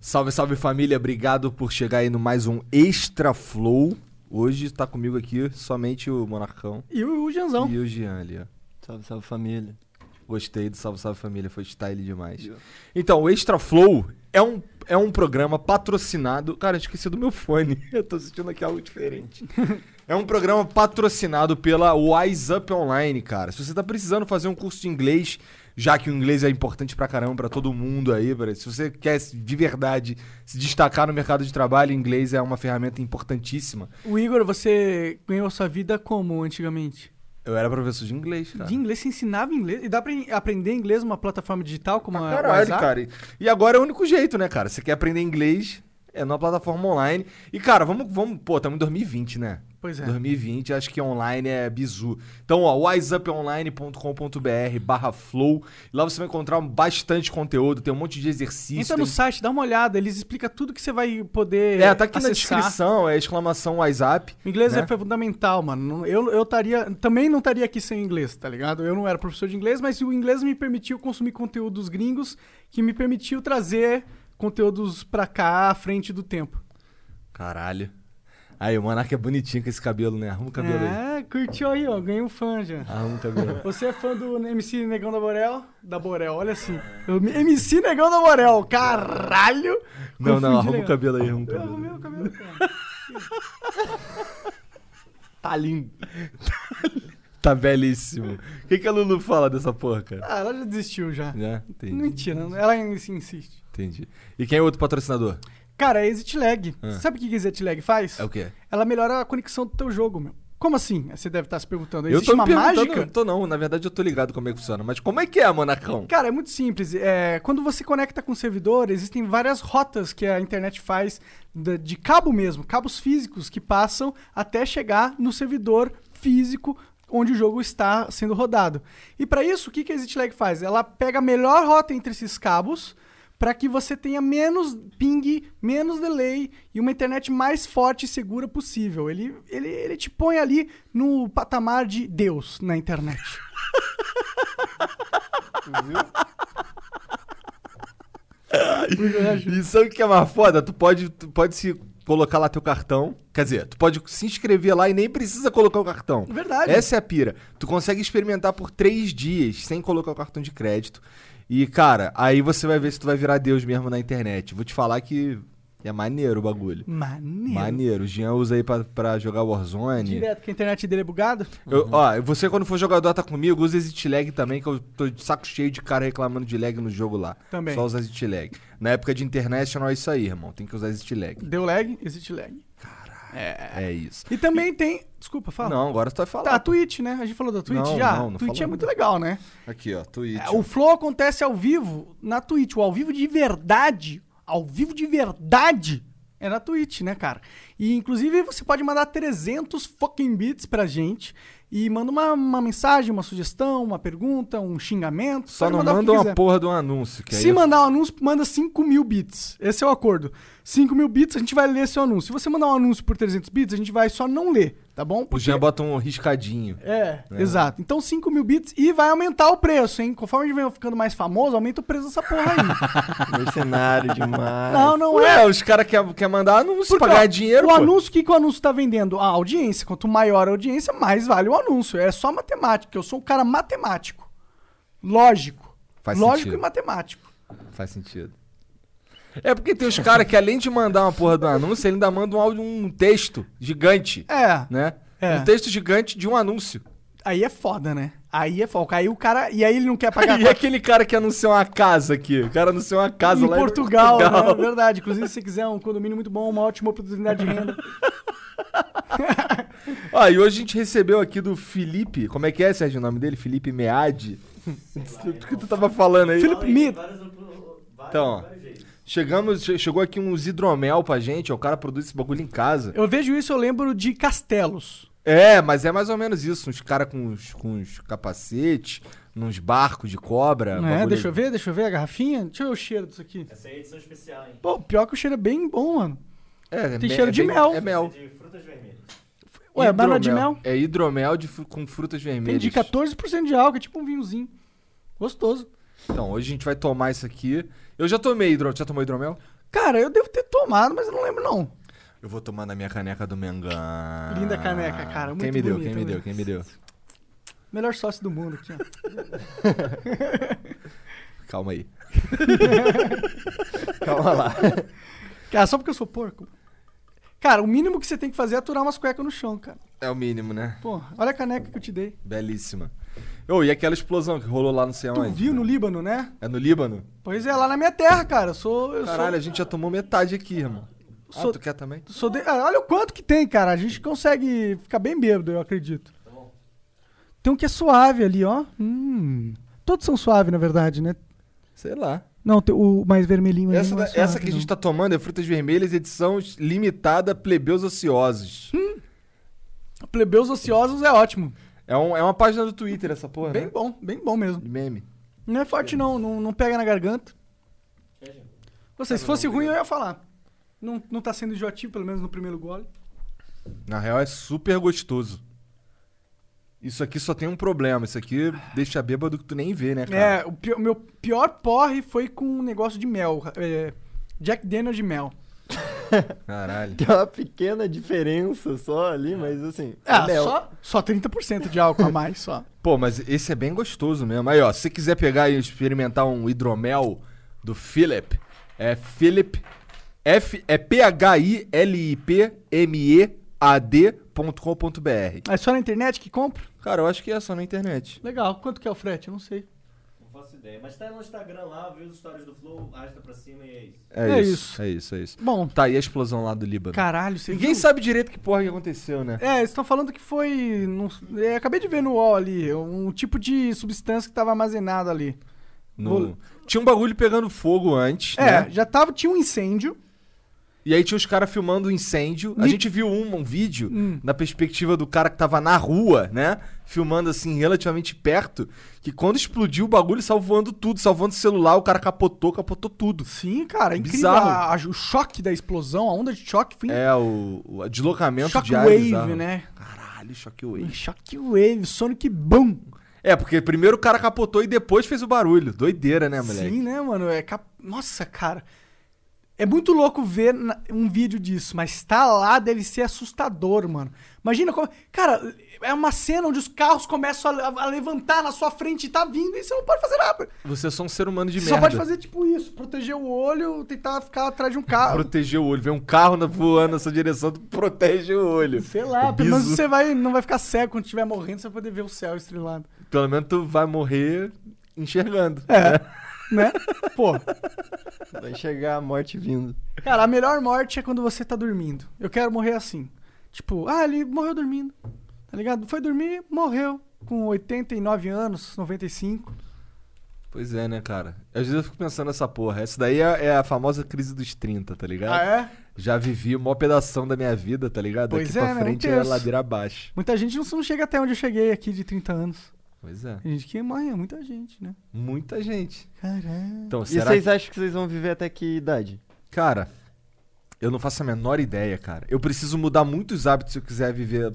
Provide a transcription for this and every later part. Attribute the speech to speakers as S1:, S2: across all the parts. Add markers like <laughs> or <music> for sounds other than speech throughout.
S1: Salve, salve família, obrigado por chegar aí no mais um Extra Flow. Hoje tá comigo aqui somente o Monarcão
S2: E o Janzão.
S1: e o Jean ali, ó.
S2: Salve, salve família.
S1: Gostei do Salve Salve Família, foi style demais. Então, o Extra Flow é um, é um programa patrocinado. Cara, eu esqueci do meu fone. Eu tô sentindo aqui algo
S3: <laughs>
S1: diferente. É um programa patrocinado pela Wise Up Online, cara. Se você tá precisando fazer um curso de inglês, já que o inglês é importante pra caramba pra todo mundo aí, velho. se você quer de verdade se destacar no mercado de trabalho, inglês é uma ferramenta importantíssima.
S2: O Igor, você ganhou a sua vida como antigamente?
S1: Eu era professor de inglês, cara.
S2: De inglês, você ensinava inglês? E dá pra em- aprender inglês numa plataforma digital como a
S1: Caralho,
S2: WhatsApp?
S1: cara. E agora é o único jeito, né, cara? Você quer aprender inglês, é numa plataforma online. E, cara, vamos. vamos pô, estamos em 2020, né?
S2: Pois é.
S1: 2020, acho que online é bizu. Então, ó, wiseuponline.com.br barra flow. Lá você vai encontrar bastante conteúdo, tem um monte de exercício.
S2: Entra no
S1: tem-
S2: site, dá uma olhada, eles explicam tudo que você vai poder
S1: É, tá aqui
S2: acessar.
S1: na descrição, é exclamação WhatsApp.
S2: O inglês
S1: né?
S2: é fundamental, mano. Eu, eu taria, também não estaria aqui sem inglês, tá ligado? Eu não era professor de inglês, mas o inglês me permitiu consumir conteúdos gringos, que me permitiu trazer conteúdos pra cá, à frente do tempo.
S1: Caralho. Aí, o Monark é bonitinho com esse cabelo, né? Arruma o cabelo aí.
S2: É, curtiu aí, ó. Ganhei um fã já.
S1: Arruma o
S2: <laughs>
S1: cabelo.
S2: Você é fã do MC Negão da Borel? Da Borel, olha assim. Eu- MC Negão da Borel, caralho!
S1: não, não,
S2: Confundi
S1: arruma o
S2: legal.
S1: cabelo aí, arruma o
S2: Eu
S1: cabelo.
S2: arrumei o cabelo, cara.
S1: Tá lindo. tá belíssimo. O que, que a Lulu fala dessa porra, cara?
S2: Ah, ela já desistiu já.
S1: Já? Entendi.
S2: Mentira, ela ainda se insiste.
S1: Entendi. E quem é o outro patrocinador?
S2: Cara, é exit lag.
S1: Ah.
S2: Sabe o que que exit lag faz?
S1: É o quê?
S2: Ela melhora a conexão do teu jogo, meu. Como assim? Você deve estar se perguntando. Existe
S1: eu tô me
S2: uma
S1: perguntando-
S2: mágica?
S1: Tô não, na verdade eu tô ligado como é que funciona. Mas como é que é, Monacão?
S2: Cara, é muito simples. É, quando você conecta com o servidor, existem várias rotas que a internet faz da- de, cabo mesmo, cabos físicos que passam até chegar no servidor físico onde o jogo está sendo rodado. E para isso, o que, que a ExitLag faz? Ela pega a melhor rota entre esses cabos para que você tenha menos ping, menos delay e uma internet mais forte e segura possível. Ele, ele, ele te põe ali no patamar de Deus na internet.
S1: E sabe o que é mais foda? Tu pode, tu pode se colocar lá teu cartão. Quer dizer, tu pode se inscrever lá e nem precisa colocar o cartão.
S2: Verdade.
S1: Essa é a pira. Tu consegue experimentar por três dias sem colocar o cartão de crédito. E, cara, aí você vai ver se tu vai virar Deus mesmo na internet. Vou te falar que é maneiro o bagulho.
S2: Maneiro.
S1: Maneiro. O Jean usa aí pra, pra jogar Warzone.
S2: Direto que a internet dele é bugada?
S1: Eu, ó, você quando for jogar Dota comigo, usa Exit Lag também, que eu tô de saco cheio de cara reclamando de lag no jogo lá.
S2: Também.
S1: Só usa Exit Lag. Na época de International é isso aí, irmão. Tem que usar Exit Lag.
S2: Deu lag, existe lag.
S1: É, isso.
S2: E também tem. Desculpa, fala.
S1: Não, agora tu vai falar.
S2: Tá, a Twitch, né? A gente falou da Twitch
S1: Não,
S2: já.
S1: não, não
S2: Twitch
S1: falou
S2: é muito legal, né?
S1: Aqui, ó, Twitch.
S2: É, o Flow acontece ao vivo na Twitch. O ao vivo de verdade, ao vivo de verdade, é na Twitch, né, cara? E inclusive você pode mandar 300 fucking bits pra gente e manda uma, uma mensagem, uma sugestão, uma pergunta, um xingamento.
S1: Só
S2: pode
S1: não
S2: mandar o que
S1: manda uma
S2: quiser.
S1: porra de um anúncio, que
S2: Se
S1: aí...
S2: mandar um anúncio, manda 5 mil bits. Esse é o acordo. 5 mil bits, a gente vai ler seu anúncio. Se você mandar um anúncio por 300 bits, a gente vai só não ler, tá bom?
S1: O Jean bota um riscadinho.
S2: É, exato. Então 5 mil bits e vai aumentar o preço, hein? Conforme a gente vem ficando mais famoso, aumenta o preço dessa porra
S1: <laughs>
S2: aí.
S4: Mercenário demais.
S2: não, não é.
S1: Ué, os caras querem quer mandar anúncio
S2: Porque,
S1: pra ganhar
S2: ó,
S1: dinheiro,
S2: O
S1: pô.
S2: anúncio, o que, que o anúncio tá vendendo? A audiência. Quanto maior a audiência, mais vale o anúncio. É só matemática. Eu sou um cara matemático. Lógico.
S1: Faz
S2: Lógico
S1: sentido.
S2: e matemático.
S1: Faz sentido. É porque tem os caras que além de mandar uma porra do anúncio, ele ainda manda um áudio, um texto gigante,
S2: É.
S1: né?
S2: É.
S1: Um texto gigante de um anúncio.
S2: Aí é foda, né? Aí é foda. Aí o cara. E aí ele não quer pagar
S1: E aquele cara que anunciou uma casa aqui? O cara anunciou uma casa
S2: em
S1: lá
S2: Portugal,
S1: em Portugal.
S2: né? Verdade. Inclusive, se você quiser um condomínio muito bom, uma ótima oportunidade
S1: <laughs>
S2: de renda.
S1: Ah, e hoje a gente recebeu aqui do Felipe. Como é que é, Sérgio, o nome dele? Felipe Meade? <laughs> O que tu tava falando aí?
S2: Felipe Mid.
S1: Então, ó, chegamos, che- chegou aqui uns hidromel pra gente. ó, O cara produz esse bagulho em casa.
S2: Eu vejo isso, eu lembro de castelos.
S1: É, mas é mais ou menos isso. Uns caras com uns, com uns capacete, nos barcos de cobra.
S2: Não é?
S1: bagulho-
S2: Deixa eu ver, deixa eu ver a garrafinha. Deixa eu ver o cheiro disso aqui.
S4: Essa é a edição especial, hein?
S2: Pô, pior que o cheiro é bem bom, mano.
S1: É, é me-
S2: Tem cheiro
S1: é
S2: de
S1: bem-
S2: mel.
S1: É mel.
S4: De frutas vermelhas.
S2: Ué, mas não é de mel?
S1: É hidromel de fru- com frutas
S2: Tem
S1: vermelhas.
S2: de 14% de álcool, é tipo um vinhozinho. Gostoso.
S1: Então, hoje a gente vai tomar isso aqui. Eu já tomei hidromel. Já tomou hidromel?
S2: Cara, eu devo ter tomado, mas eu não lembro, não.
S1: Eu vou tomar na minha caneca do Mengão.
S2: Linda caneca, cara, muito
S1: quem me deu,
S2: bonita
S1: quem me deu,
S2: mesmo.
S1: quem me deu?
S2: Melhor sócio do mundo aqui,
S1: <laughs>
S2: ó.
S1: Calma aí.
S3: Calma lá. <laughs>
S2: Cara, só porque eu sou porco. Cara, o mínimo que você tem que fazer é aturar umas cuecas no chão, cara.
S1: É o mínimo, né?
S2: Porra, olha a caneca que eu te dei.
S1: Belíssima. Ô, e aquela explosão que rolou lá não sei
S2: Tu
S1: aonde?
S2: viu no Líbano, né?
S1: É no Líbano?
S2: Pois é, lá na minha terra, cara. Eu sou. Eu
S1: Caralho, a gente já tomou metade aqui, irmão. Ah,
S2: Sou-
S1: tu quer também?
S2: sou, sou de- ah, Olha o quanto que tem, cara. A gente consegue ficar bem bêbado, eu acredito. Tem um que é suave ali, ó. Hum. Todos são suaves, na verdade, né?
S1: Sei lá.
S2: Não, tem o mais vermelhinho ali
S1: Essa,
S2: não é
S1: da-
S2: suave,
S1: essa que a
S2: não.
S1: gente tá tomando é Frutas Vermelhas, edição limitada, plebeus ociosos. tá-
S2: Plebeus ociosos é ótimo.
S1: É, um- é uma página do Twitter essa porra,
S2: Bem
S1: né?
S2: bom, bem bom mesmo.
S1: De meme.
S2: Não é forte, não. Não, não pega na garganta.
S4: Veja.
S2: Ou seja, se fosse ruim, eu ia falar. Não, não tá sendo enjoativo, pelo menos no primeiro gole.
S1: Na real, é super gostoso. Isso aqui só tem um problema. Isso aqui deixa bêbado que tu nem vê, né, cara?
S2: É, o pi- meu pior porre foi com um negócio de mel. é, Jack Daniel de mel. É.
S1: Caralho.
S3: Tem uma pequena diferença só ali, mas assim.
S2: Ah,
S3: é mel.
S2: só, só 30% de álcool a mais, só.
S1: Pô, mas esse é bem gostoso mesmo. Aí, ó, se você quiser pegar e experimentar um hidromel do Philip, é Philip F é P H I L I P M E A D.com.br.
S2: <laughs> É só na internet que compra?
S1: Cara, eu acho que é só na internet.
S2: Legal. Quanto que é o frete? Eu não sei.
S4: Não faço ideia. Mas tá no Instagram lá, viu os stories do Flow, arrasta pra cima e é isso.
S1: É,
S2: É
S1: isso,
S2: isso.
S1: É isso, é isso.
S2: Bom,
S1: Tá, e a explosão lá do Líbano?
S2: caralho, você
S1: Ninguém
S2: viu?
S1: sabe direito que porra que aconteceu, né?
S2: É, eles estão falando que foi. num- é, acabei de ver no UOL ali. Um tipo de substância que tava armazenada ali.
S1: No- Tinha um bagulho pegando fogo antes,
S2: É,
S1: né?
S2: já tava, tinha um incêndio.
S1: E aí tinha os caras filmando o incêndio. A
S2: Ni-
S1: gente viu um, um vídeo
S2: Hum.
S1: da perspectiva do cara que tava na rua, né? Filmando assim, relativamente perto. Que quando explodiu o bagulho, salvando tudo, salvando o celular, o cara capotou, capotou tudo.
S2: Sim, cara, é incrível.
S1: Bizarro.
S2: A- a- o choque da explosão, a onda de choque foi
S1: É, o, o deslocamento de ar.
S2: Shockwave,
S1: bizarro.
S2: né?
S1: Caralho, shockwave.
S2: Shockwave, Sonic Boom.
S1: É, porque primeiro o cara capotou e depois fez o barulho. Doideira, né, moleque?
S2: Sim, né, mano? É cap- Nossa, cara. É muito louco ver na- um vídeo disso, mas tá lá deve ser assustador, mano. Imagina como. Cara, é uma cena onde os carros começam a, a levantar na sua frente e tá vindo e você não pode fazer nada.
S1: Você é só um ser humano de
S2: você
S1: merda.
S2: só pode fazer tipo isso: proteger o olho, tentar ficar atrás de um carro.
S1: Proteger o olho. Vem um carro na- voando nessa direção, tu protege o olho.
S2: Sei lá, pelo menos
S1: Bizu.
S2: você vai, não vai ficar cego quando estiver morrendo, você vai poder ver o céu estrelado.
S1: Pelo menos tu vai morrer enxergando.
S2: É.
S1: <laughs>
S2: né? Pô.
S3: Vai chegar a morte vindo.
S2: Cara, a melhor morte é quando você tá dormindo. Eu quero morrer assim. Tipo, ah, ele morreu dormindo. Tá ligado? Foi dormir, morreu. Com 89 anos, 95.
S1: Pois é, né, cara? Às vezes eu fico pensando nessa porra. Essa daí é, é a famosa crise dos 30, tá ligado?
S2: é?
S1: Já vivi o maior pedação da minha vida, tá ligado?
S2: Pois
S1: Daqui
S2: é,
S1: pra
S2: né? Um
S1: frente é
S2: terço.
S1: ladeira abaixo.
S2: Muita gente não, não chega até onde eu cheguei aqui de 30 anos.
S1: Pois é.
S2: Tem gente que morre, é muita gente, né?
S1: Muita gente.
S2: Caramba.
S1: Então,
S3: E
S1: será
S3: vocês
S1: que...
S3: acham que vocês vão viver até que idade?
S1: Cara, eu não faço a menor ideia, cara. Eu preciso mudar muitos hábitos se eu quiser viver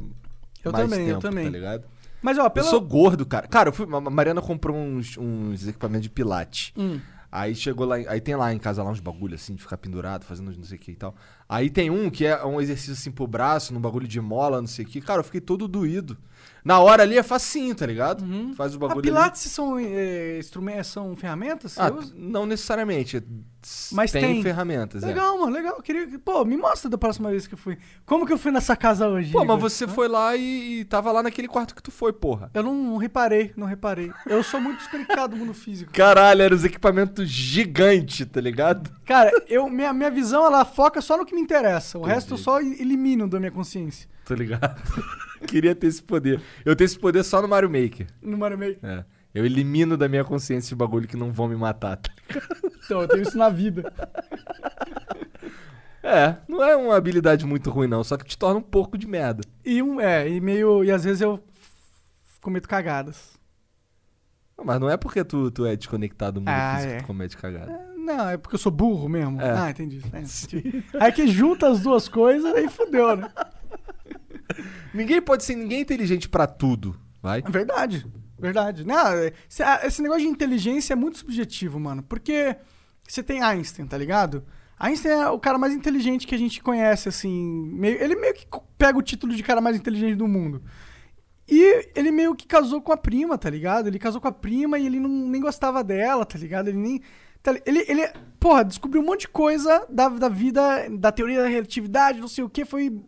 S2: Eu
S1: mais
S2: também, eu
S1: tempo,
S2: também.
S1: tá ligado?
S2: Mas ó,
S1: Eu
S2: pelo.
S1: sou gordo, cara. Cara, eu fui... a Mariana comprou uns, uns equipamentos de pilates.
S2: Hum.
S1: Aí chegou lá, em- aí tem lá em casa lá uns bagulho assim, de ficar pendurado, fazendo uns não sei o que e tal. Aí tem um que é um exercício assim pro braço, num bagulho de mola, não sei o que. Cara, eu fiquei todo doído. Na hora ali é facinho, tá ligado? Faz o
S2: Ah,
S1: bagulho ali.
S2: pilates são, é, instrumentos, são ferramentas? que
S1: Ah,
S2: você usa?
S1: não necessariamente.
S2: Mas tem.
S1: ferramentas, é.
S2: Legal, mano, legal. Eu Queria... Pô, me mostra da próxima vez que eu fui. Como que eu fui nessa casa hoje?
S1: Pô, mas
S2: Igor?
S1: você foi lá e, e tava lá naquele quarto que tu foi, porra.
S2: Eu não reparei, não reparei. Eu sou muito desconectado do mundo físico.
S1: Caralho, era os equipamentos gigantes, tá ligado?
S2: Cara, eu, minha, minha visão ela foca só no que me interessa. O resto eu só elimino da minha consciência.
S1: Tô ligado. <laughs> Queria ter esse poder. Eu tenho esse poder só no Mario Maker.
S2: No Mario Maker.
S1: É. Eu elimino da minha consciência esse bagulho que não vão me matar, tá
S2: Então, eu tenho isso na vida.
S1: É, não é uma habilidade muito ruim, não, só que te torna um pouco de merda.
S2: E um, é, e meio. E às vezes eu f- cometo cagadas.
S1: Não, Mas não é porque tu, tu é desconectado do mundo
S2: Ah,
S1: físico que
S2: é.
S1: tu comete cagada.
S2: Não, é porque eu sou burro mesmo.
S1: É.
S2: Ah, entendi. É, entendi. Aí que junta as duas coisas, aí fudeu, né?
S1: Ninguém pode ser ninguém é inteligente pra tudo, vai?
S2: É Verdade, verdade. Não, é- cê- a- esse negócio de inteligência é muito subjetivo, mano. Porque você tem Einstein, tá ligado? Einstein é o cara mais inteligente que a gente conhece, assim. meio- ele meio que co- pega o título de cara mais inteligente do mundo. E ele meio que casou com a prima, tá ligado? Ele casou com a prima e ele não, nem gostava dela, tá ligado? Ele nem. tá li- ele, ele, porra, descobriu um monte de coisa da, da vida, da teoria da relatividade, não sei o que, foi.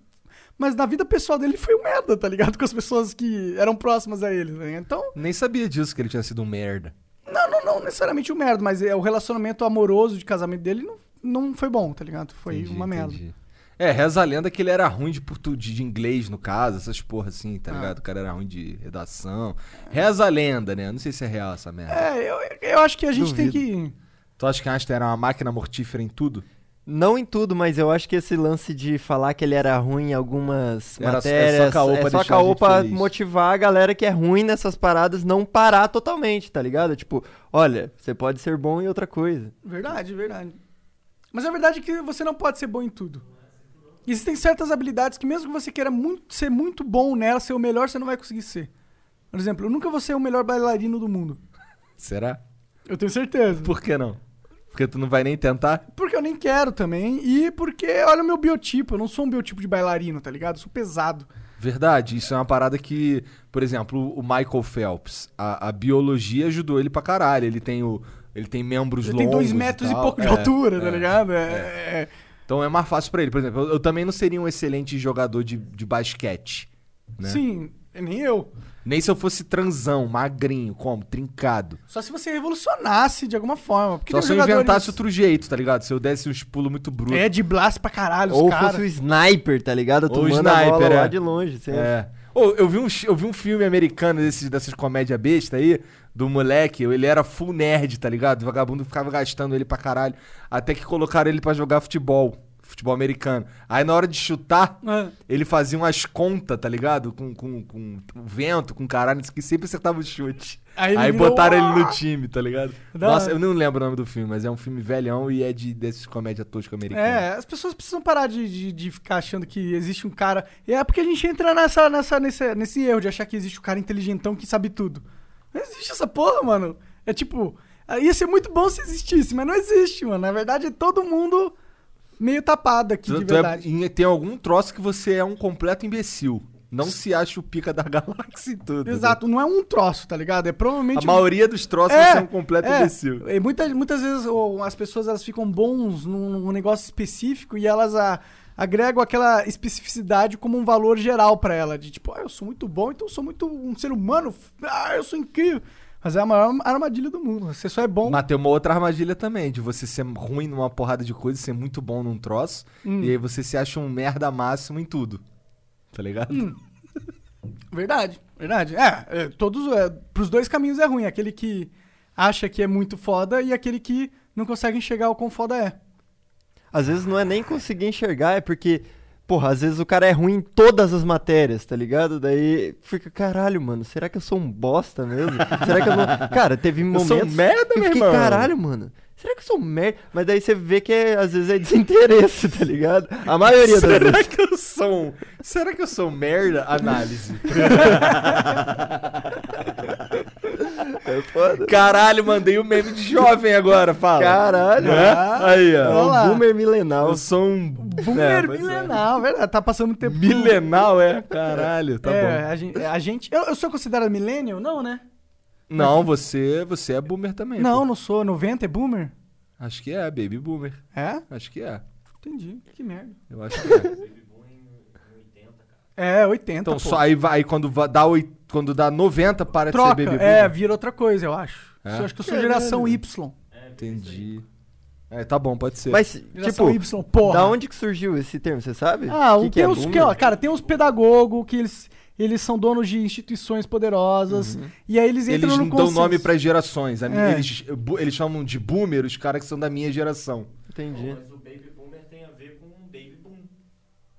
S2: Mas na vida pessoal dele foi um merda, tá ligado? <laughs> Com as pessoas que eram próximas a ele, né? Então.
S1: Nem sabia disso que ele tinha sido um merda.
S2: Não, não, não necessariamente um merda, mas é, o relacionamento amoroso de casamento dele não, não foi bom, tá ligado? Foi
S1: Entendi,
S2: uma merda.
S1: entendi. É, reza a lenda que ele era ruim de, portu- de, de inglês, no caso, essas porra assim, tá
S2: Ah.
S1: ligado? O cara era ruim de redação. Reza a lenda, né? Não sei se é real essa merda.
S2: É, eu, eu acho que a gente tem
S3: Duvido.
S2: que.
S1: Tu acha que Einstein era uma máquina mortífera em tudo?
S3: Não em tudo, mas eu acho que esse lance de falar que ele era ruim em algumas
S1: Era- é só
S3: matérias.
S1: caô pra
S3: é só
S1: deixar a
S3: caô
S1: gente
S3: pra
S1: feliz.
S3: motivar a galera que é ruim nessas paradas não parar totalmente, tá ligado? Tipo, olha, você pode ser bom em outra coisa.
S2: Verdade, verdade. Mas a verdade é que você não pode ser bom em tudo. Existem certas habilidades que, mesmo que você queira muito, ser muito bom nela, ser o melhor, você não vai conseguir ser. Por exemplo, eu nunca vou ser o melhor bailarino do mundo.
S1: Será?
S2: Eu tenho
S1: <laughs>
S2: certeza.
S1: Por que não? Porque tu não vai nem tentar?
S2: Porque eu nem quero também. E porque, olha o meu biotipo. Eu não sou um biotipo de bailarino, tá ligado? Eu sou pesado.
S1: Verdade, isso é uma parada que, por exemplo, o Michael Phelps, a, a biologia ajudou ele pra caralho. Ele tem o. Ele tem membros
S2: Ele
S1: longos.
S2: tem dois metros e,
S1: tal.
S2: pouco de
S1: É,
S2: altura,
S1: é.
S2: tá ligado? É, é.
S1: Então é mais fácil pra ele. Por exemplo, eu, eu também não seria um excelente jogador de, de basquete. Né?
S2: Sim, é nem eu.
S1: Nem se eu fosse transão, magrinho, como? Trincado.
S2: Só se você revolucionasse de alguma forma. Porque
S1: Só
S2: tem
S1: se eu
S2: jogadores-
S1: inventasse outro jeito, tá ligado? Se eu desse uns pulos muito brutos.
S2: É, de blast pra caralho,
S3: Ou
S2: os caras.
S3: fosse o sniper, tá ligado? Tu
S1: Ou o
S3: manda a bola
S1: sniper,
S3: lá
S1: é.
S3: de longe. Você
S1: É. Ô, eu, vi um, chi- eu vi um filme americano desses, dessas comédia besta aí, do moleque. Ele era full nerd, tá ligado? O vagabundo ficava gastando ele pra caralho. Até que colocaram ele pra jogar futebol. Futebol americano. Aí na hora de chutar,
S2: Ah,
S1: ele fazia umas contas, tá ligado? Com, com, com vento, com caralho, isso que sempre acertava o chute.
S2: Aí
S1: Aí,
S2: ele virou- um
S1: botaram ele no
S2: <laughs>
S1: time, tá ligado?
S2: Da
S1: Nossa,
S2: hora.
S1: eu não lembro o nome do filme, mas é um filme velhão e é de, desses comédia tosco americano.
S2: É, as pessoas precisam parar de, de, de ficar achando que existe um cara. E é porque a gente entra nessa, nessa, nesse, nesse erro de achar que existe um cara inteligentão que sabe tudo. Não existe essa porra, mano. É tipo, ah, ia ser muito bom se existisse, mas não existe, mano. Na verdade, é todo mundo meio tapado aqui,
S1: Tu-
S2: de
S1: tu é-
S2: verdade.
S1: em- tem algum troço que você é um completo imbecil. Não se acha o pica da <laughs> galáxia e tudo. né?
S2: Exato, não é um troço, tá ligado? É
S1: A
S2: provavelmente.
S1: maioria dos troços
S2: É,
S1: você é um completo
S2: é.
S1: imbecil.
S2: E muita- muitas vezes ou, as pessoas elas ficam bons num, num negócio específico e elas a- agregam aquela especificidade como um valor geral pra ela. De tipo, ah, eu sou muito bom, então eu sou muito um ser humano, f- ah, eu sou incrível. Mas é a maior armadilha do mundo. Você só é bom.
S1: Mas tem uma outra armadilha também, de você ser ruim numa porrada de coisa, ser muito bom num troço,
S2: Hum.
S1: e aí você se acha um merda máximo em tudo. Tá ligado?
S2: Verdade, verdade. É, é, todos. É, pros dois caminhos é ruim. Aquele que acha que é muito foda e aquele que não consegue enxergar o quão foda é.
S3: Às vezes não é nem conseguir enxergar, é porque, porra, às vezes o cara é ruim em todas as matérias, tá ligado? Daí fica, caralho, mano, será que eu sou um bosta mesmo? será que
S2: <laughs>
S3: eu não. Cara, teve
S1: Eu
S3: momentos.
S1: sou um merda,
S3: que eu
S1: meu
S3: fiquei,
S1: irmão.
S3: caralho, mano. Será que eu sou um merda? Mas daí você vê que é- às vezes é desinteresse, tá ligado? A maioria das vezes.
S1: Será que eu sou um- Será que eu sou um merda? Análise.
S3: É foda.
S1: Caralho, mandei o meme de jovem agora, fala.
S3: Caralho.
S1: Né?
S2: Ah.
S1: Aí,
S3: É
S1: ó.
S2: Vamos
S3: um
S2: lá.
S3: boomer milenal.
S1: Eu sou um...
S2: Boomer
S1: É, pois é.
S2: milenar, verdade. Tá passando tempo.
S1: Milenal, é? Caralho, tá
S2: é,
S1: bom.
S2: A gente. a gente- eu, eu sou considerado millennial? Não, né?
S1: Não, você, você é boomer também.
S2: não,
S1: pô.
S2: não sou. 90 é boomer?
S1: Acho que é, baby boomer.
S2: É?
S1: Acho que é.
S2: Entendi. Que merda.
S1: Eu acho que
S2: <laughs>
S1: é.
S2: É, 80.
S1: Então,
S2: pô.
S1: só aí, vai- aí quando va- dá, oi- quando dá 90, para de
S2: Troca.
S1: ser baby
S2: É,
S1: boomer.
S2: vira outra coisa, eu acho.
S1: É? Tipo,
S2: Eu acho que eu sou
S3: Caralho.
S2: geração Y.
S1: Entendi. É, tá bom, pode ser.
S3: Mas,
S2: Geração
S3: tipo,
S2: Y, um porra.
S3: da onde que surgiu esse termo, você sabe?
S2: Ah,
S3: Que
S2: um-
S3: que
S2: tem
S3: é
S2: uns que,
S3: boomer?
S2: ó, cara, tem uns pedagogos que eles, eles são donos de instituições poderosas. E aí eles entram
S1: Uhum. Eles
S2: no
S1: não dão
S2: consenso.
S1: nome pras gerações. A minha-
S2: É.
S1: eles, bu- eles chamam de boomer os caras que são da minha geração.
S3: Entendi.
S4: Mas o Baby Boomer tem a ver com um Baby Boom.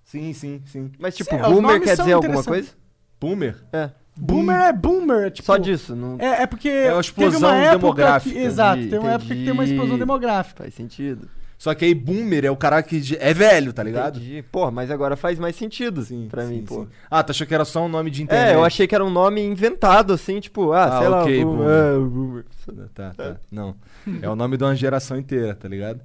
S1: Sim, sim, sim.
S3: Mas, tipo,
S2: Sei lá, os
S3: boomer
S2: nomes
S3: quer
S2: são
S3: dizer alguma
S2: interessantes.
S3: coisa?
S1: Boomer?
S3: É.
S2: Boomer é boomer, é tipo.
S3: Só disso, não
S2: É, é porque.
S1: uma explosão
S2: teve uma época
S1: demográfica.
S2: Que, exato, tem
S3: Entendi,
S2: uma época que tem uma explosão
S3: entendi.
S2: demográfica.
S3: faz sentido.
S1: Só que aí boomer é o cara que de- é velho, tá ligado?
S3: Entendi. Porra, mas agora faz mais sentido
S1: Sim,
S3: pra
S1: sim,
S3: mim, pô.
S1: sim. Ah, tu achou que era só um nome de internet?
S3: É, eu achei que era um nome inventado, assim, tipo, ah,
S1: Ah,
S3: sei lá,
S1: ok,
S3: o-
S1: boomer.
S3: <laughs> é, o boomer.
S1: Tá, tá. Não. É o nome de uma geração inteira, tá ligado?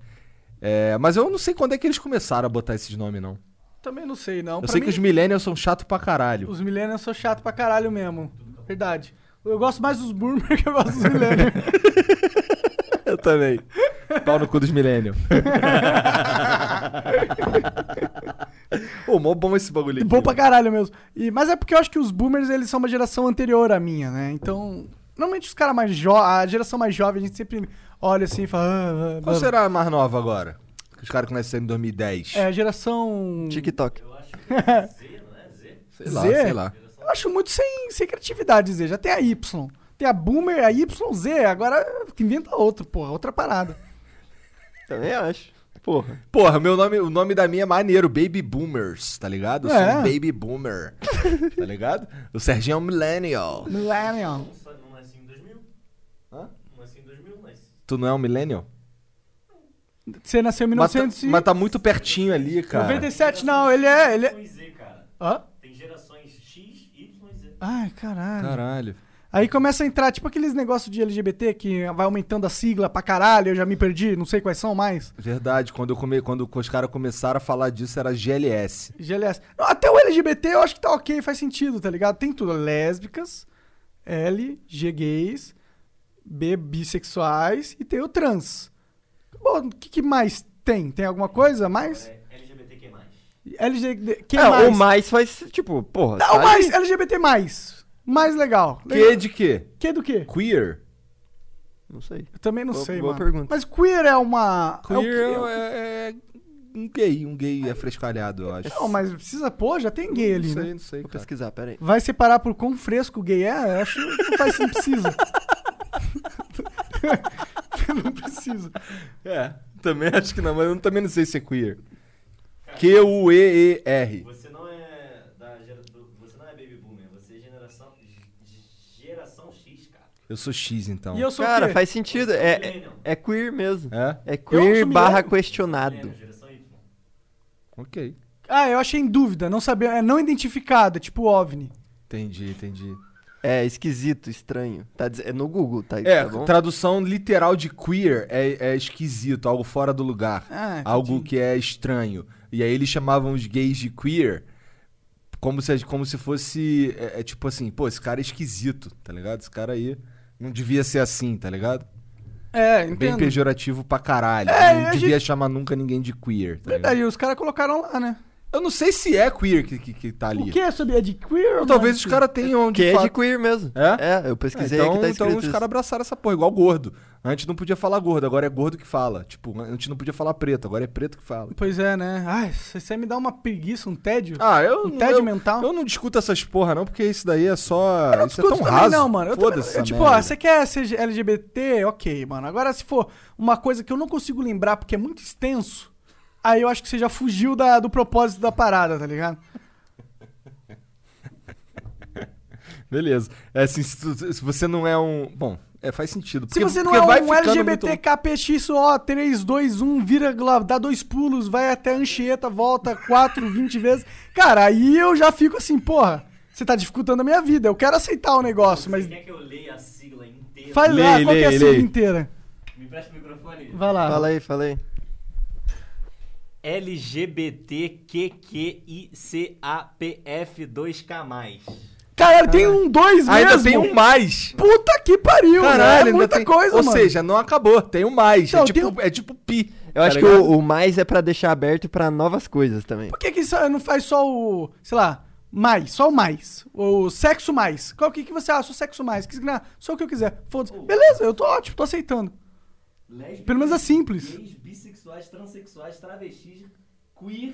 S1: É, mas eu não sei quando é que eles começaram a botar esses nomes, não.
S2: Também não sei, não.
S1: Eu
S2: Pra
S1: sei
S2: mim,
S1: que os millennials são chato pra
S2: <laughs>
S1: caralho.
S2: Os millennials são chato pra caralho mesmo. Verdade. Eu gosto mais dos boomers <laughs> que eu gosto dos millennials.
S1: Eu
S3: <laughs>
S1: também. Pau no cu dos millennials. <laughs> Ô, mó bom esse bagulho aqui.
S2: Bom pra
S1: mano.
S2: caralho mesmo. E, mas é porque eu acho que os boomers, eles são uma geração anterior à minha, né? Então, normalmente os caras mais jovens, a geração mais jovem, a gente sempre olha assim e fala... "Ah, ah,
S1: Qual
S2: blá,
S1: será a mais nova agora? Que Os caras que nasceram em 2010.
S2: É, a geração...
S3: TikTok.
S4: é
S1: Sei lá,
S2: Z?
S1: sei lá.
S2: Eu acho muito sem, sem criatividade, Z. Já tem a Y. Tem a Boomer, a YZ. Agora inventa outro, porra. Outra parada.
S3: Também acho. Porra.
S1: Porra, meu nome, o nome da minha é maneiro, Baby Boomers, tá ligado? Eu sou
S2: É.
S1: um Baby Boomer, tá ligado? O Serginho é um Millennial.
S2: Millennial.
S4: Não sa- Não nasci em 2000?
S1: Hã?
S4: Não nasci em 2000, mas...
S1: Tu não é um Millennial?
S2: Você nasceu em
S1: Mas tá,
S2: 1900 e-
S1: mas tá muito pertinho ali, cara.
S2: 97, não, ele é. Ele é...
S4: Gerações Z, cara.
S2: Hã?
S4: Tem gerações X, Y e Z.
S2: Ai, caralho.
S1: Caralho.
S2: Aí começa a entrar, tipo aqueles negócios de LGBT que vai aumentando a sigla pra caralho, eu já me perdi, não sei quais são mais.
S1: Verdade, quando, eu come, quando os caras começaram a falar disso era GLS.
S2: GLS. Não, até o LGBT eu acho que tá ok, faz sentido, tá ligado? Tem tudo. Lésbicas, L, G gays, B bissexuais e tem o trans. Bom, o que, que mais tem? Tem alguma coisa a mais?
S4: É LGBTQ+.
S2: LGBT. Quem
S3: É,
S2: mais?
S3: o mais faz, tipo, porra.
S2: Não,
S3: tá
S2: mais
S3: ali.
S2: LGBT mais. Mais legal.
S1: Que de quê?
S2: Que do quê?
S1: Queer?
S3: Não sei.
S2: Eu também não
S3: Boa-
S2: sei,
S3: boa
S2: mano.
S3: pergunta.
S2: Mas queer é uma. é o
S1: Queer
S2: quê?
S1: é, é um gay, um gay afrescalhado, eu acho.
S2: Não, mas precisa, pô, já tem gay ali,
S1: não sei,
S2: né?
S1: não sei,
S3: Vou
S1: cara.
S3: pesquisar, peraí.
S2: Vai separar por quão fresco o gay é? Eu acho que <laughs> não faz, não precisa.
S1: Então. <laughs>
S2: não precisa.
S1: É, também acho que não, mas eu também não sei se é queer. Q-U-E-E-R.
S4: Você não é da gera- do- Você não é baby boomer, você é geração... g- Geração X, cara.
S1: Eu sou X, então.
S2: E eu sou o
S3: Cara,
S2: quê?
S3: faz sentido. É, é,
S4: Millennial.
S3: é queer mesmo.
S1: É?
S3: É
S2: sou
S3: queer barra
S2: millennial.
S3: questionado.
S4: Millennial, geração Y.
S1: Ok.
S2: Ah, eu achei em dúvida, não sabia, é não identificada, tipo OVNI.
S1: Entendi, entendi.
S3: É esquisito, estranho. Tá, diz- é no Google, tá,
S1: É,
S3: tá bom?
S1: tradução literal de queer é, é esquisito, algo fora do lugar.
S2: Ah,
S1: algo
S2: entendi.
S1: que é estranho. E aí eles chamavam os gays de queer como se, como se fosse. É, é tipo assim, pô, esse cara é esquisito, tá ligado? Esse cara aí não devia ser assim, tá ligado?
S2: É,
S1: Bem
S2: entendo.
S1: pejorativo pra caralho.
S2: É,
S1: não
S2: a
S1: devia chamar nunca ninguém de queer, tá ligado?
S2: É Verdade, os caras colocaram lá, né?
S1: Eu não sei se é queer que, que, que tá ali.
S2: O que é sobre? É de queer?
S1: Ou Talvez os
S2: mano?
S1: caras tenham de
S3: Que é de
S1: fato-
S3: queer mesmo.
S1: É?
S3: eu
S1: Ah,
S3: pesquisei
S1: então,
S3: aqui, tá
S1: então
S3: escrito
S1: os caras abraçaram essa porra, igual gordo. Antes não podia falar gordo, agora é gordo que fala. Tipo, antes não podia falar preto, agora é preto que fala.
S2: Pois é, né? Ai, se você me dá uma preguiça, um tédio.
S1: Ah, eu,
S2: Um
S1: não-
S2: tédio
S1: eu,
S2: mental?
S1: eu não discuto essas porra não, porque isso daí é só...
S2: Eu não
S1: isso é tão
S2: discuto também
S1: raso.
S2: não, mano. Eu também,
S1: Foda-se
S2: eu,
S1: essa
S2: tipo,
S1: merda.
S2: ó, você quer ser LGBT? Ok, mano. Agora, se for uma coisa que eu não consigo lembrar porque é muito extenso, aí eu acho que você já fugiu da- do propósito da parada, tá ligado?
S1: Beleza. É assim, se, tu- se você não é um... Bom, é, faz sentido.
S2: Se
S1: porque-
S2: você não
S1: porque vai
S2: é um
S1: ficando
S2: LGBT
S1: muito-
S2: KPXO 3, 2, 1, vira, gla- dá dois pulos, vai até Anchieta, volta <laughs> 4, 20 vezes. Cara, aí eu já fico assim, porra, você tá dificultando a minha vida. Eu quero aceitar o negócio, mas
S4: Você quer que eu leia a sigla inteira?
S2: faz lá,
S1: Lei,
S2: qual que é a
S1: lei,
S2: sigla
S1: lei.
S2: inteira?
S4: Me presta o microfone.
S2: Vai lá.
S3: Fala aí, fala aí.
S4: LGBTQQICAPF2K+.
S2: Caralho, tem um dois
S1: Ah,
S2: mesmo.
S1: ainda tem um mais.
S2: Puta que pariu,
S1: Caralho,
S2: né? É
S1: ainda
S2: muita
S1: tem...
S2: coisa,
S1: Ou
S2: mano.
S1: seja, não acabou, tem um mais.
S2: Então,
S1: é, tipo,
S2: tem um-
S1: é tipo pi.
S3: Eu acho que o, o mais é pra deixar aberto pra novas coisas também.
S2: Por que que isso não faz só o, sei lá, mais, só o mais, o sexo mais? Qual que que você acha, o sexo mais? Que significa, só o que eu quiser. Foda-se. Beleza, eu tô ótimo, tô aceitando.
S4: Lésbicas,
S2: Pelo menos é simples.
S4: Gays, bissexuais, transexuais, travestis, queer,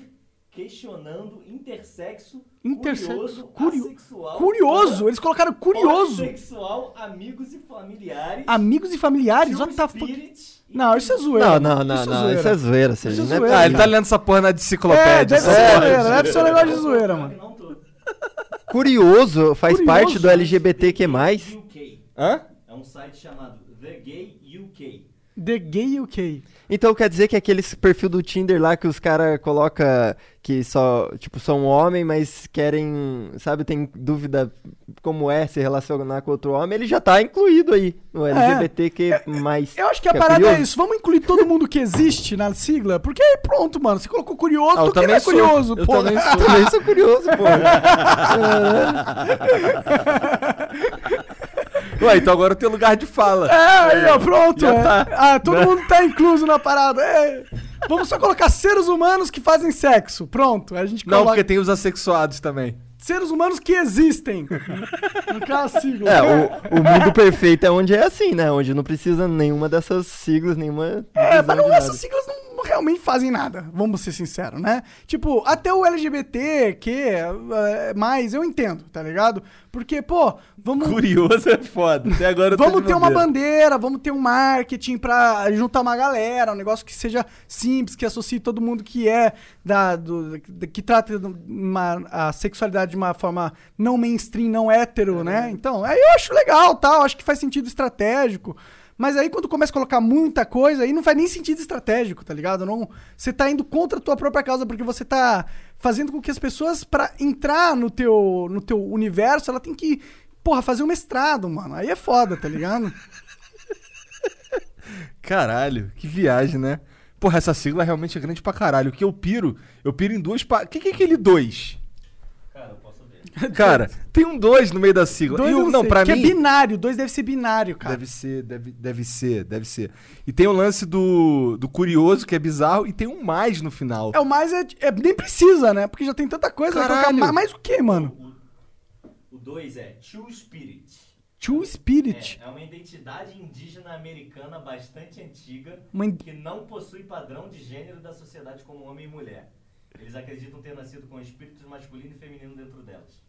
S4: questionando, intersexo,
S2: Intersexo,
S4: curioso,
S2: curio-
S4: assexual,
S2: Curioso, eles colocaram curioso.
S4: Sexual, amigos e familiares.
S2: Amigos e familiares, what the fuck?
S4: spirit e-
S2: Não, isso é zoeira.
S3: Não, não, não,
S2: Isso é
S3: não.
S2: zoeira.
S3: Isso é zoeira, Sérgio.
S2: Isso é
S3: não
S2: zoeira,
S1: Ah, ele tá
S3: possível.
S1: lendo essa porra na
S2: É,
S1: enciclopédia.
S2: deve
S1: essa
S2: ser
S1: porra.
S2: zoeira, deve ser um negócio de zoeira, mano.
S4: Não tô.
S3: Curioso faz
S2: Curioso. né?
S3: parte do LGBTQ+.
S4: UK.
S1: Hã?
S4: É um site chamado The Gay UK.
S2: The Gay UK.
S3: Então quer dizer que aquele perfil do Tinder lá que os caras coloca que só, tipo, são homem, mas querem, sabe, tem dúvida como é se relacionar com outro homem, ele já tá incluído aí no LGBTQ+. mais.
S2: É. Eu acho que a
S3: Fica
S2: parada é
S3: curioso?
S2: isso. Vamos incluir todo mundo que existe na sigla? Porque aí pronto, mano. Você colocou curioso,
S1: Ah, eu
S2: todo mundo
S1: também
S2: é
S1: sou.
S2: curioso.
S1: Eu
S2: pô.
S1: também sou.
S3: Também sou <laughs> curioso, pô.
S2: <laughs>
S1: Ué, então agora tem lugar de fala.
S2: É, aí, ó, pronto.
S1: Já
S2: é.
S1: tá.
S2: Ah, todo mundo tá incluso na parada. É. Vamos só colocar seres humanos que fazem sexo. Pronto. A gente
S1: Não,
S2: coloca
S1: porque tem os assexuados também.
S2: seres humanos que existem. No caso, a sigla.
S3: É, o, o mundo perfeito é onde é assim, né? Onde não precisa nenhuma dessas siglas, nenhuma.
S2: É,
S3: divisão
S2: mas não,
S3: de nada.
S2: essas siglas não realmente fazem nada, vamos ser sinceros, né? Tipo, até o LGBT, que é, mais, eu entendo, tá ligado? Porque, pô, vamos.
S1: Curioso é foda. Até agora eu tô
S2: Vamos
S1: de
S2: ter uma
S1: bobeira.
S2: bandeira, vamos ter um marketing pra juntar uma galera, um negócio que seja simples, que associe todo mundo que é da do- da- que trata de uma- a sexualidade de uma forma não mainstream, não hétero, né? Então, aí eu acho legal, tal, acho que faz sentido estratégico. Mas aí quando começa a colocar muita coisa, aí não faz nem sentido estratégico, tá ligado? Não, você tá indo contra a tua própria causa porque você tá fazendo com que as pessoas pra entrar no teu no teu universo, ela tem que Porra, fazer um mestrado, mano. Aí é foda, tá ligado?
S1: Caralho, que viagem, né? Porra, essa sigla realmente é grande pra caralho. O que eu piro, eu piro em duas pa... O que, que é aquele dois?
S4: Cara, eu posso ver.
S2: <laughs>
S1: Cara, tem um dois no meio da sigla.
S2: Dois
S1: e
S2: eu
S1: um, não,
S2: sei,
S1: pra
S2: que
S1: mim...
S2: é binário, dois deve ser binário, cara.
S1: Deve ser, deve, deve ser, deve ser. E tem o lance do, do curioso, que é bizarro, e tem um mais no final.
S2: É o mais é, é- nem precisa, né? Porque já tem tanta coisa, vai colocar
S1: Caralho.
S2: ma- mais o que, mano?
S4: O 2 é True Spirit.
S2: Two Spirit.
S4: É, é uma identidade indígena americana bastante antiga
S2: Uma in-
S4: que não possui padrão de gênero da sociedade como homem e mulher. Eles acreditam ter nascido com espíritos masculino e feminino dentro delas.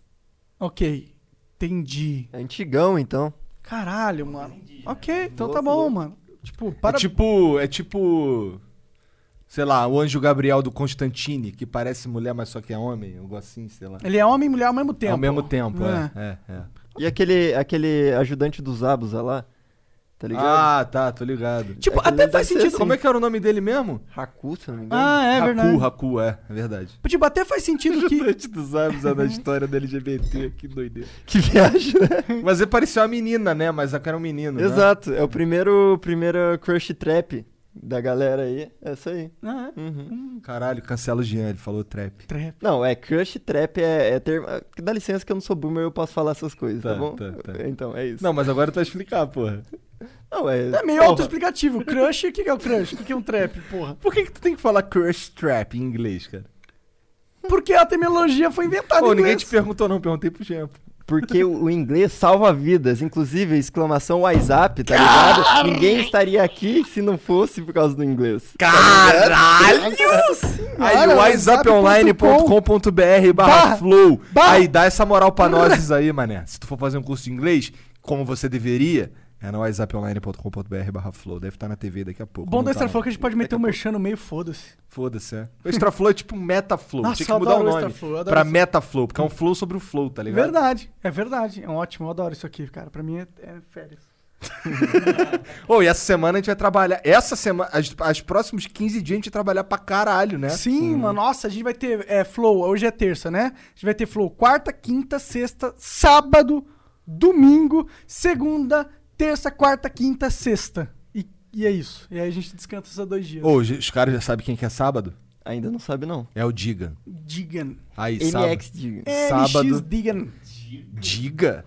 S2: Ok. Entendi.
S3: É antigão, então.
S2: Caralho, mano.
S4: Entendi, né?
S2: Ok, então tá
S3: Louco,
S2: bom,
S3: louco.
S2: mano. Tipo, para.
S1: É tipo, é tipo, sei lá, o anjo Gabriel do Constantine, que parece mulher, mas só que é homem, algo assim, sei lá.
S2: Ele é homem e mulher ao mesmo tempo. Tá
S1: Ao mesmo tempo, é. é, é.
S3: E aquele, aquele ajudante dos Zabuza lá, tá ligado?
S1: Ah, tá, tô ligado.
S2: Tipo,
S3: É que
S2: até faz
S3: ele deve ser
S2: sentido.
S3: assim.
S1: Como é que era o nome dele mesmo?
S3: Haku, se não me engano. <laughs>
S2: Ah, é
S1: Haku,
S2: verdade.
S1: Haku, é, é verdade.
S2: Tipo, até faz
S1: <laughs>
S2: sentido que.
S1: Ajudante dos Abs na história da LGBT, que doideira.
S3: Que viagem, né?
S1: Mas ele parecia uma menina, né? Mas era um menino, né?
S3: Exato, é o primeiro, primeiro crush trap da galera aí. É isso aí.
S2: Ah, é.
S3: Uhum.
S1: Caralho, cancela o Jean, ele falou trap.
S2: Trap.
S3: Não, é crush trap é, é ter. ah, Dá licença que eu não sou boomer, eu posso falar essas coisas, tá,
S1: Tá,
S3: bom?
S1: tá, tá.
S3: Então, é isso.
S1: Não, mas agora tu vai explicar, porra.
S3: Não, é.
S2: É meio
S3: porra.
S2: autoexplicativo. Crush, o que que é o crush? O que que é um trap, porra?
S1: Por que, que tu tem que falar crush trap em inglês, cara?
S2: Porque a terminologia foi inventada
S1: Pô,
S2: em
S1: ninguém
S2: inglês.
S1: te perguntou, não. Perguntei pro Jean.
S3: Porque o o inglês salva vidas, inclusive exclamação WhatsApp, tá ligado? Ninguém estaria aqui se não fosse por causa do inglês.
S1: Caralho! Aí o whatsapponline.com.br barra
S2: Barra-
S1: flow.
S2: barra-
S1: Aí dá essa moral pra nós aí, mané. Se tu for fazer um curso de inglês, como você deveria, é no whatsapponline.com.br barra flow. Deve estar na TV daqui a pouco.
S2: Bom
S1: Não
S2: do
S1: tá,
S2: Extra
S1: não.
S2: Flow que a gente pode meter um merchan no meio, foda-se.
S1: Foda-se, é. O Extra Flow é tipo um Meta Flow.
S2: Nossa,
S1: Tinha que
S2: eu
S1: mudar o
S2: adoro o
S1: nome
S2: Extra Flow, eu adoro
S1: pra
S2: isso.
S1: Meta Flow, porque é um flow sobre o flow, tá ligado?
S2: Verdade, é verdade. É um ótimo, eu adoro isso aqui, cara. Pra mim é, é férias.
S1: Ô, e essa semana a gente vai trabalhar. Essa semana, as, as próximos 15 dias a gente vai trabalhar pra caralho, né?
S2: Sim, mano. Nossa, a gente vai ter é, Flow, hoje é terça, né? A gente vai ter Flow quarta, quinta, sexta, sábado, domingo, segunda, terça, quarta, quinta, sexta. E, e é isso. E aí a gente descansa esses dois dias.
S1: Ô, os caras já sabem quem que é sábado?
S3: Ainda não sabe, não.
S1: É o Diga.
S2: Digan.
S1: Aí,
S3: MX
S1: sábado.
S3: diga.
S1: Sábado.
S2: LX Digan.
S1: Diga?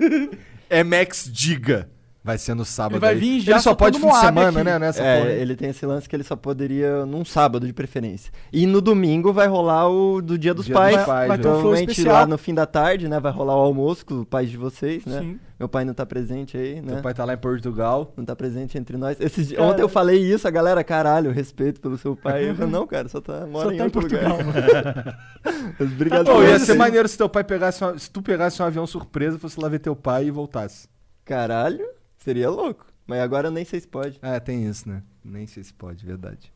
S1: <laughs> MX Diga. Vai ser no sábado.
S2: Ele vai
S1: aí.
S2: vir
S1: Ele
S2: já
S1: só pode fim
S2: soltando
S1: de
S2: Moab
S1: semana,
S2: aqui.
S1: né? Nessa porra.
S3: É, ele tem esse lance que ele só poderia num sábado de preferência. E no domingo vai rolar o do Dia dos
S1: Dia dos
S3: Pais.
S1: Pais, Vai- vai
S2: ter um flow
S3: Provavelmente
S2: especial.
S3: lá no fim da tarde, né? Vai rolar o almoço com os pais de vocês, né?
S2: Sim.
S3: Meu pai não tá presente aí, né?
S1: Teu pai tá lá em Portugal.
S3: Não tá presente entre nós. Esses dias-
S2: Cara.
S3: Ontem eu falei isso, a galera, caralho, respeito pelo seu pai. Eu falei, não, cara, só tá mora
S2: Só
S3: em
S2: tá em
S3: outro
S2: Portugal,
S3: lugar.
S2: mano.
S3: Obrigado
S1: Pô,
S3: por
S1: ia
S3: isso.
S1: ser maneiro se teu pai pegasse uma- se tu pegasse um avião surpresa, fosse lá ver teu pai e voltasse.
S3: Caralho, seria louco. Mas agora eu nem sei se pode.
S1: Ah, tem isso, né? Nem sei se pode, verdade.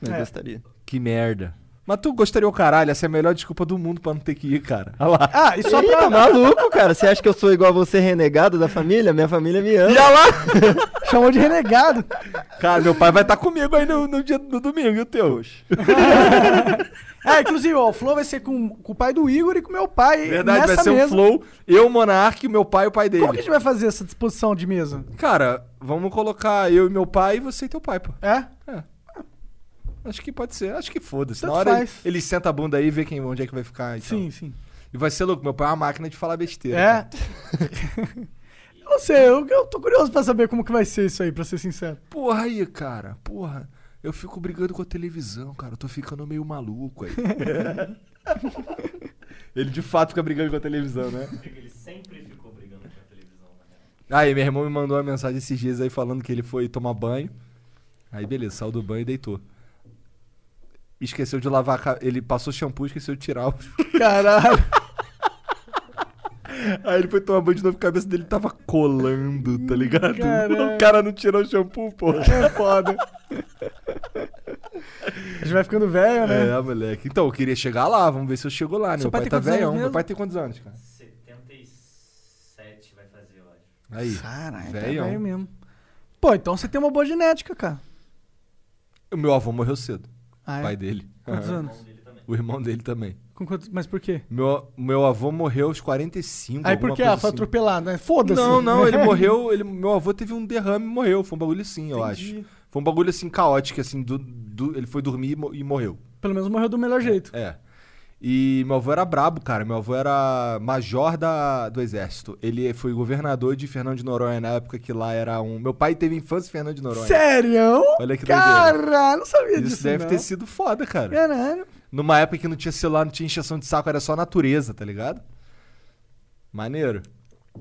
S3: Mas
S2: É.
S3: gostaria.
S1: Que merda. Mas tu gostaria o caralho, essa é a melhor desculpa do mundo pra não ter que ir, cara. Olha lá.
S2: Ah, e só
S3: Ih,
S2: pra.
S3: tá maluco, cara. Você acha que eu sou igual a você, renegado da família? Minha família me ama.
S1: E olha lá!
S2: Chamou de renegado.
S1: Cara, meu pai vai estar comigo aí no, no dia no domingo, e o teu?
S2: Ah, inclusive, ó, o Flow vai ser com, com o pai do Igor e com o meu pai.
S1: Verdade,
S2: nessa
S1: vai ser
S2: mesa.
S1: o Flow, eu, o Monark, o meu pai e o pai dele.
S2: Como que a gente vai fazer essa disposição de mesa?
S1: Cara, vamos colocar eu e meu pai e você e teu pai, pô.
S2: É?
S1: Acho que pode ser, acho que foda-se. Na
S2: Tanto
S1: hora ele,
S2: faz.
S1: ele senta a bunda aí e vê quem, onde é que vai ficar e
S2: Sim,
S1: tal.
S2: sim.
S1: E vai ser louco, meu pai é uma máquina de falar besteira.
S2: É? <laughs>
S1: cara.
S2: eu não sei, eu, eu tô curioso pra saber como que vai ser isso aí, pra ser sincero.
S1: Porra aí, cara, porra. Eu fico brigando com a televisão, cara. Eu tô ficando meio maluco
S2: <laughs>
S1: aí. ele de fato fica brigando com a televisão, né?
S4: Ele sempre ficou brigando com a televisão, né? na real.
S1: Aí, meu irmão me mandou uma mensagem esses dias aí falando que ele foi tomar banho. Aí, beleza, saiu do banho e deitou. Esqueceu de lavar a ca... Ele passou shampoo e esqueceu de tirar o. <laughs>
S2: Caralho.
S1: Aí ele foi tomar banho de novo, a cabeça dele tava colando, tá ligado? <laughs>
S2: Caralho.
S1: O cara não tirou o shampoo, pô.
S2: Hum, É foda. A gente vai ficando velho, né?
S1: É, moleque. Então, eu queria chegar lá, vamos ver se eu chego lá, né?
S2: Seu
S1: Meu pai,
S2: pai tem
S1: tá
S2: quantos anos
S1: velhão. Meu
S2: mesmo?
S1: pai tem quantos anos, cara?
S4: 77 vai fazer, eu acho.
S1: Aí.
S2: Caralho, tá
S1: Velhão.
S2: velho mesmo. Pô, então você tem uma boa genética, cara.
S1: O meu avô morreu cedo,
S2: Ah,
S1: o
S2: é?
S1: pai dele.
S2: Quantos
S4: O
S2: anos?
S4: irmão dele também.
S1: O irmão dele também.
S2: Com quantos- Mas por quê?
S1: Meu, meu avô morreu aos 45.
S2: Aí
S1: alguma
S2: por que?
S1: coisa
S2: Ah, foi
S1: assim.
S2: atropelado, né? Foda-se.
S1: Não, não,
S2: <laughs>
S1: ele morreu. Ele, meu avô teve um derrame e morreu. Foi um bagulho assim, eu acho.
S2: Entendi.
S1: Foi um bagulho assim caótico, assim. Do, do- ele foi dormir e mo- e morreu.
S2: Pelo menos morreu do melhor jeito.
S1: É. E meu avô era brabo, cara. Meu avô era major da, do exército. Ele foi governador de Fernando de Noronha na época que lá era um. Meu pai teve infância em Fernando de Noronha.
S2: Sério?
S1: é, Olha que doideira.
S2: Caralho, não sabia disso.
S1: Isso deve
S2: não. É.
S1: ter sido foda, cara.
S2: Caralho.
S1: Numa época que não tinha celular, não tinha injeção de saco, era só natureza, tá ligado? Maneiro.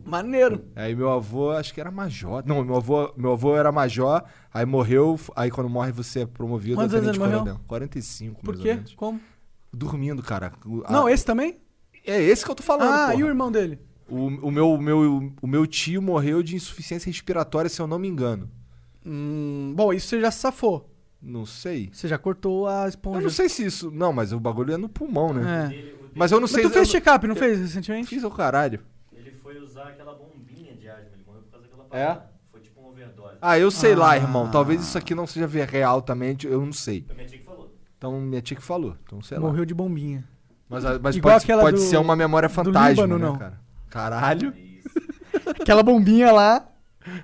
S2: Maneiro.
S1: Aí meu avô, acho que era major. Não, meu avô, meu avô era major, aí morreu, f- aí quando morre você é promovido
S2: Quantos
S1: a
S2: anos ele
S1: tenente
S2: morreu?
S1: coronel. 45,
S2: Por
S1: mais
S2: quê?
S1: ou menos.
S2: Como?
S1: Dormindo, cara. O- a-
S2: Não, esse também?
S1: É esse que eu tô falando,
S2: Ah,
S1: porra.
S2: e o irmão dele?
S1: O, o meu, o meu, o meu tio morreu de insuficiência respiratória, se eu não me engano.
S2: Hum, bom, isso você já se safou.
S1: Não sei.
S2: Você já cortou a esponja.
S1: Eu não sei se isso... Não, mas o bagulho é no pulmão, né?
S2: É.
S4: Ele, o
S1: Mas eu não
S2: Mas
S1: sei...
S2: tu fez
S1: eu...
S2: check-up, não
S1: eu-
S2: fez
S1: não-
S2: recentemente?
S1: Fiz o caralho.
S4: Ele foi usar aquela bombinha de asma, ele morreu por causa daquela parada. Foi tipo uma overdose.
S1: É? Ah, eu sei
S2: Ah.
S1: lá, irmão. Talvez isso aqui não seja ver- real também, eu não sei.
S4: Foi minha tia que falou.
S1: Então minha tia que falou. Então sei lá.
S2: Morreu de bombinha.
S1: Mas, a- mas
S2: Igual
S1: pode,
S2: aquela
S1: pode
S2: do-
S1: ser uma memória fantasma,
S2: Líbano,
S1: né,
S2: não.
S1: cara? Caralho.
S4: É isso.
S2: <laughs> Aquela bombinha lá.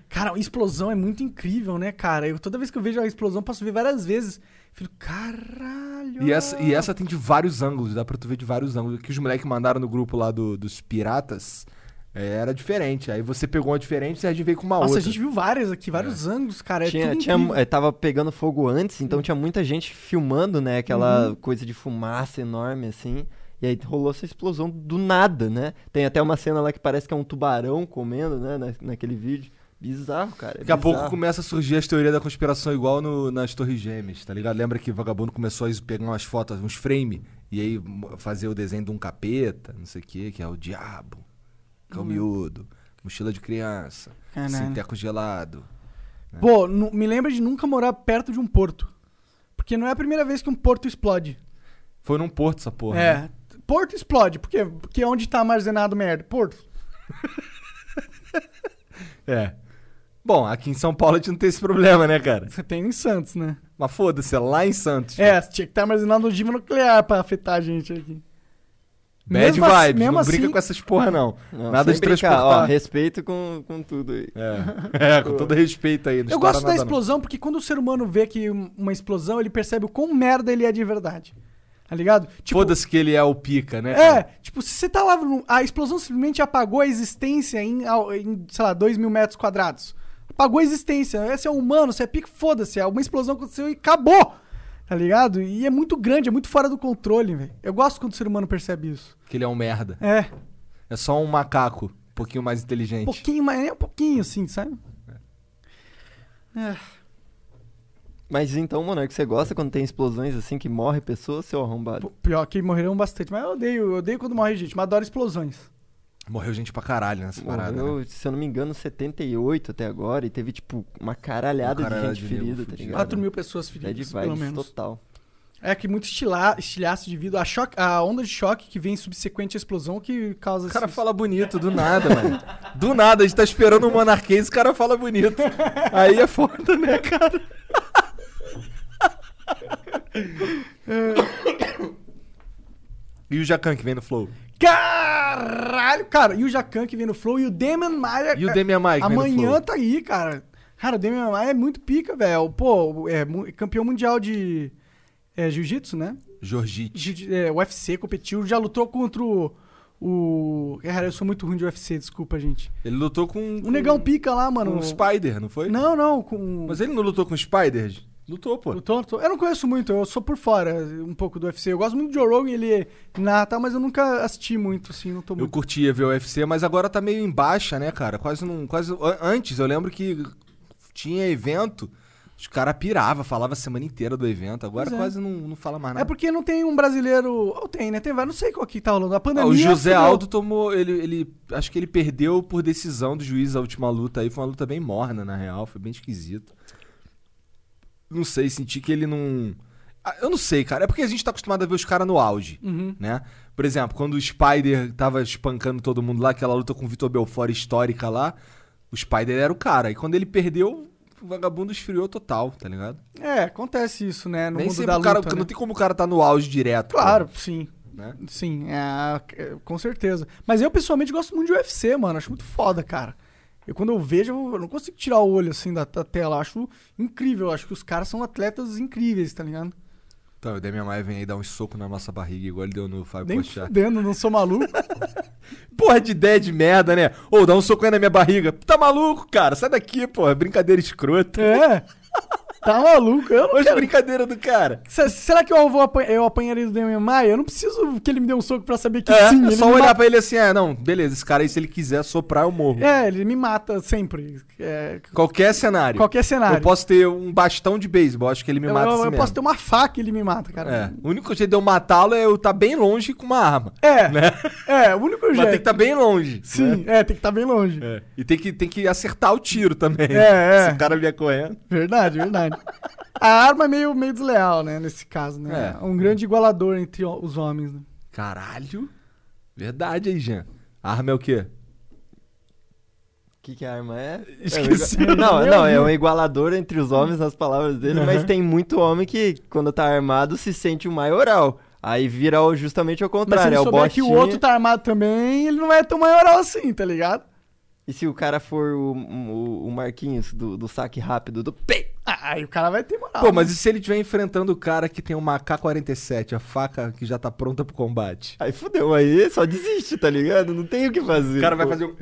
S2: Cara, a explosão é muito incrível, né, cara? Eu, toda vez que eu vejo a explosão, posso ver várias vezes. Fico, caralho.
S1: E essa, e essa é tem de vários ângulos, dá pra tu ver de vários ângulos. O Que os moleques mandaram no grupo lá do- dos piratas é, era diferente. Aí você pegou uma diferente e a gente veio com uma
S2: Nossa,
S1: outra.
S2: a gente viu várias aqui, vários ângulos, cara. É
S3: tinha,
S2: tudo
S1: um
S3: tinha,
S2: incrível.
S3: eh, tava pegando fogo antes, então tinha muita gente filmando, né? Aquela
S1: Uhum.
S3: coisa de fumaça enorme, assim. E aí rolou essa explosão do nada, né? Tem até uma cena lá que parece que é um tubarão comendo, né? na- naquele vídeo. Bizarro, cara. é
S1: Daqui a pouco
S3: bizarro.
S1: começa a surgir as teorias da conspiração igual no- nas Torres Gêmeas, tá ligado? Lembra que o vagabundo começou a is- pegar umas fotos, uns frames, e aí mo- fazer o desenho de um capeta, não sei o que, que é o diabo, que é o miúdo, mochila de criança,
S2: Uhum. Caralho.
S1: sinteco gelado. é.
S2: Pô, nu- me lembra de nunca morar perto de um porto. Porque não é a primeira vez que um porto explode.
S1: Foi num porto essa porra. né?
S2: É. Porto explode. Por quê? Porque onde tá armazenado merda? Porto.
S1: É. Bom, aqui em São Paulo a gente não tem esse problema, né, cara?
S2: Você tem em Santos, né?
S1: Mas foda-se, é lá em Santos.
S2: É, tinha que estar armazenado no diva nuclear pra afetar a gente aqui.
S1: Bad
S2: mesmo
S1: vibes,
S2: assim-
S1: não
S2: mesmo
S1: brinca
S2: assim-
S1: com essas porra, não.
S3: Não,
S1: Nada
S3: sem
S1: de
S3: brincar,
S1: transportar.
S3: Ó, respeito com, com tudo aí.
S1: É. É, com todo respeito aí. não
S2: Eu
S1: estoura
S2: gosto da
S1: nada, não.
S2: explosão porque quando o ser humano vê que um- uma explosão, ele percebe o quão merda ele é de verdade. Tá ligado? Tipo,
S1: Foda-se que ele é o pica, né?
S2: é, tipo, se você tá lá, no- a explosão simplesmente apagou a existência em, ao- em, sei lá, 2 mil metros quadrados. Apagou a existência. Você é humano, você é pico, foda-se. Uma explosão aconteceu e acabou. Tá ligado? E é muito grande, é muito fora do controle, velho. Eu gosto quando o ser humano percebe isso.
S1: Que ele é um merda.
S2: É,
S1: É só um macaco, um pouquinho mais
S2: um
S1: inteligente.
S2: pouquinho, mas é um pouquinho assim, sabe?
S3: Mas então, Monark, você gosta quando tem explosões assim que morre pessoas, seu arrombado?
S2: P- Pior que morreram bastante, mas eu odeio, eu odeio quando morre gente, mas adoro explosões.
S1: Morreu gente pra caralho nessa parada.
S3: Morreu,
S1: né?
S3: se eu não me engano, 78 até agora. E teve, tipo, uma caralhada
S1: Uma caralhada
S3: de gente
S1: de nego
S3: ferida, tá
S1: fudido.
S3: ligado?
S2: 4 mil pessoas
S3: Bad
S2: feridas, pelo
S3: vibes
S2: menos.
S3: total.
S2: É que muito estila, estilhaço devido à choque- à onda de choque que vem subsequente à explosão que causa...
S1: O cara
S2: esses-
S1: fala bonito, do nada, mano. Do nada, a gente tá esperando um monarquês e o cara fala bonito. Aí é foda, né, cara? e o Jacan que vem no flow.
S2: Caralho! Cara, e o Jacan que vem no flow e o Damian Maia...
S1: E o Demian Mike vem no
S2: É, Amanhã
S1: flow.
S2: tá aí, cara. Cara, o Damian Maia é muito pica, velho. Pô, é mu- campeão mundial de é, jiu-jitsu, né?
S1: Jorgite.
S2: Jiu- é, UFC competiu, já lutou contra o... o... Cara, eu sou muito ruim de UFC, desculpa, gente.
S1: Ele lutou com.
S2: O negão pica lá, mano.
S1: Com o Spider, não foi?
S2: Não, não, com...
S1: Mas ele não lutou com o Spider? gente? Lutou, pô.
S2: O Tonto, eu não conheço muito, eu sou por fora um pouco do UFC. Eu gosto muito de Joe Rogan, ele nata, mas eu nunca assisti muito, assim, não tô
S1: Eu
S2: muito.
S1: curtia ver o UFC, mas agora tá meio em baixa, né, cara? Quase não. Quase. an- Antes, eu lembro que tinha evento, os caras pirava, falava a semana inteira do evento. Agora
S2: Pois é.
S1: quase não, não fala mais
S2: É
S1: nada.
S2: porque não tem um brasileiro. Ou tem, né? Tem vários, não sei qual que tá rolando. A
S1: Ah,
S2: pandemia.
S1: o José
S2: fudeu.
S1: Aldo tomou. Ele, ele. Acho que ele perdeu por decisão do juiz a última luta aí. Foi uma luta bem morna, na real. Foi bem esquisito. Não sei, senti que ele não. Ah, Eu não sei, cara. É porque a gente tá acostumado a ver os caras no auge, né? Por exemplo, quando o Spider tava espancando todo mundo lá, aquela luta com o Vitor Belfort histórica lá, o Spider era o cara. E quando ele perdeu, o vagabundo esfriou total, tá ligado?
S2: É, acontece isso, né? No
S1: Nem
S2: mundo
S1: sempre
S2: da
S1: o cara.
S2: luta, né?
S1: Não tem como o cara tá no auge direto.
S2: Claro, sim.
S1: Né?
S2: Sim, é, é, com certeza. Mas eu pessoalmente gosto muito de UFC, mano. Acho muito foda, cara. Eu quando eu vejo, eu não consigo tirar o olho assim da, da tela. Acho incrível. Acho que os caras são atletas incríveis, tá ligado?
S1: Então, o Demian Maia vem aí dar um soco na nossa barriga, igual ele deu no Fábio
S2: Nem
S1: Pochá.
S2: fudendo, não sou maluco.
S1: Porra de ideia de merda, né? Ou dá um soco aí na minha barriga. Tá maluco, cara? Sai daqui, porra. Brincadeira escrota.
S2: É. Tá maluco? Eu não
S1: Hoje é
S2: quero...
S1: brincadeira do cara.
S2: Se- Será que eu, vou apan- eu apanharia do Damian Maia? Eu não preciso que ele me dê um soco pra saber que
S1: É,
S2: sim.
S1: é
S2: ele
S1: só
S2: me
S1: olhar
S2: mata-
S1: pra ele assim, é, não, beleza, esse cara aí, se ele quiser soprar, eu morro.
S2: É, ele me mata sempre. É,
S1: Qualquer cenário.
S2: qualquer cenário.
S1: Eu posso ter um bastão de beisebol, acho que ele me
S2: Eu-
S1: mata
S2: eu-
S1: assim
S2: eu
S1: mesmo.
S2: posso ter uma faca e ele me mata, cara.
S1: É, o único jeito de eu matá-lo é eu estar bem longe com uma arma. <laughs>
S2: É,
S1: Né?
S2: é, o único
S1: Mas
S2: jeito.
S1: tem que estar bem longe. né?
S2: Sim, é, tem que estar bem longe.
S1: É. E tem que, tem que acertar o tiro também.
S2: É, é.
S1: Se o cara vier correndo.
S2: Verdade, verdade. A arma é meio, meio desleal, né, nesse caso, né?
S1: É.
S2: Um grande igualador entre o- os homens, né?
S1: Caralho. Verdade aí, Jean. Arma é o quê?
S3: que, que a arma é?
S1: Esqueci.
S3: É
S2: <laughs>
S3: um igua- não,
S2: Eu
S3: não,
S2: vi.
S3: é um igualador entre os homens nas palavras dele, mas tem muito homem que, quando tá armado, se sente o maioral. Aí vira o- justamente ao
S2: Mas se
S3: contrário,
S2: ele
S3: é o
S2: souber que
S3: botinha.
S2: o outro tá armado também, ele não é tão maioral assim, tá ligado?
S3: E se o cara for o, o, o Marquinhos do, do saque rápido, do pei,
S2: Ah, Aí o cara vai ter moral.
S1: Pô,
S2: né?
S1: mas e se ele estiver enfrentando o cara que tem uma AK-47, a faca que já tá pronta pro combate?
S3: Aí fudeu, aí só desiste, tá ligado? Não tem o que fazer.
S1: O cara vai
S3: pô.
S2: <laughs>
S1: fazer um.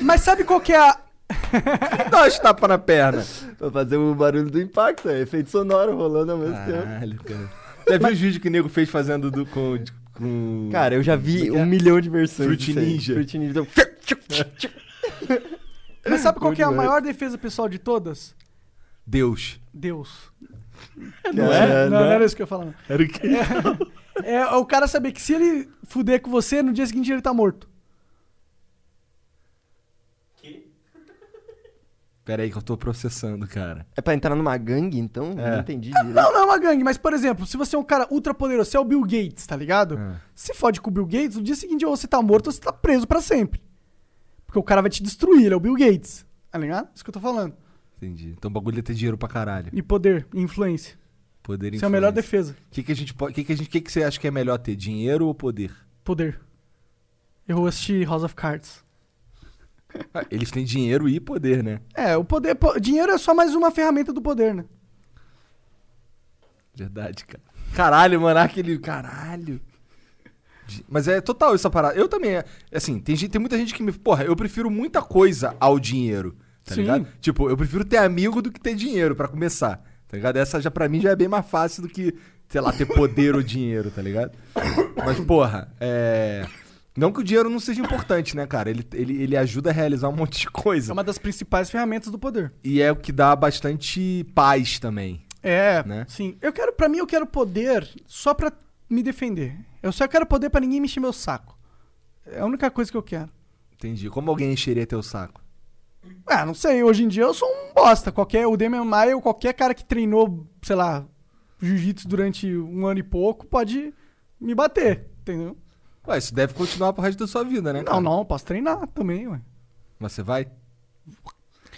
S2: Mas sabe qual que é a...
S1: Dá umas tapas na perna.
S3: Vai fazer o barulho do impacto, é efeito sonoro rolando ao mesmo
S1: Ah.
S3: tempo.
S1: Caralho, cara. Já viu os vídeos que o nego fez fazendo do, com, com.
S3: Cara, eu já vi um milhão de versões.
S1: é Fruit
S3: disso aí.
S1: Ninja.
S3: Fruit Ninja.
S2: Mas sabe qual que é a
S3: Demais.
S2: maior defesa pessoal de todas?
S1: Deus.
S2: Deus.
S3: Não é?
S1: né?
S2: Não, não era isso que eu ia falar. não.
S1: Era o quê?
S2: É o cara saber que se ele fuder com você, no dia seguinte ele tá morto.
S4: Que?
S1: Pera aí que eu tô processando, cara.
S3: É pra entrar numa gangue, então?
S1: É.
S3: Não entendi direito.
S2: Não, não é uma gangue, mas por exemplo, se você é um cara ultra poderoso, você é o Bill Gates, tá ligado?
S1: Ah.
S2: Se fode com o Bill Gates, no dia seguinte ou você tá morto ou você tá preso pra sempre. Porque o cara vai te destruir, ele é o Bill Gates. Tá ligado? Isso que eu tô falando.
S1: Entendi. Então o bagulho é ter dinheiro pra caralho.
S2: E poder, e influência.
S1: Poder
S2: Isso é a melhor
S1: defesa. O
S2: defesa.
S1: que, que a gente pode. O que, que a gente. que, que você acha que é melhor ter? Dinheiro ou
S2: <laughs>
S1: poder?
S2: Poder. Eu assisti House of Cards.
S1: Ah, Eles têm dinheiro e poder, né?
S2: É, o poder. po- dinheiro é só mais uma ferramenta do poder, né?
S1: Verdade, cara. Caralho, mano, aquele. Caralho. De- Mas é total essa parada. Eu também, é- assim, tem, gente, tem muita gente que me. Porra, eu prefiro muita coisa ao dinheiro. Tá
S2: Sim.
S1: ligado? Tipo, eu prefiro ter amigo do que ter dinheiro, pra começar. Tá ligado? Essa já pra mim já é bem mais fácil do que, sei lá, ter poder ou dinheiro, tá ligado? Mas, porra, é. Não que o dinheiro não seja importante, né, cara? Ele, ele, ele ajuda a realizar um monte de
S2: É
S1: coisa.
S2: uma das principais ferramentas do poder.
S1: E é o que dá bastante paz também.
S2: É,
S1: Né?
S2: sim. Eu quero, para mim, eu quero poder só pra me defender. Eu só quero poder pra ninguém me encher meu saco. É a única coisa que eu quero.
S1: Entendi. Como alguém encheria teu saco?
S2: Ah, não sei. Hoje em dia eu sou um bosta. Qualquer, o Demian Maia ou qualquer cara que treinou, sei lá, jiu-jitsu durante um ano e pouco, pode me bater, entendeu?
S1: Ué, isso deve continuar pro resto da sua vida, né? cara?
S2: Não, não, posso treinar também, ué.
S1: Mas você vai?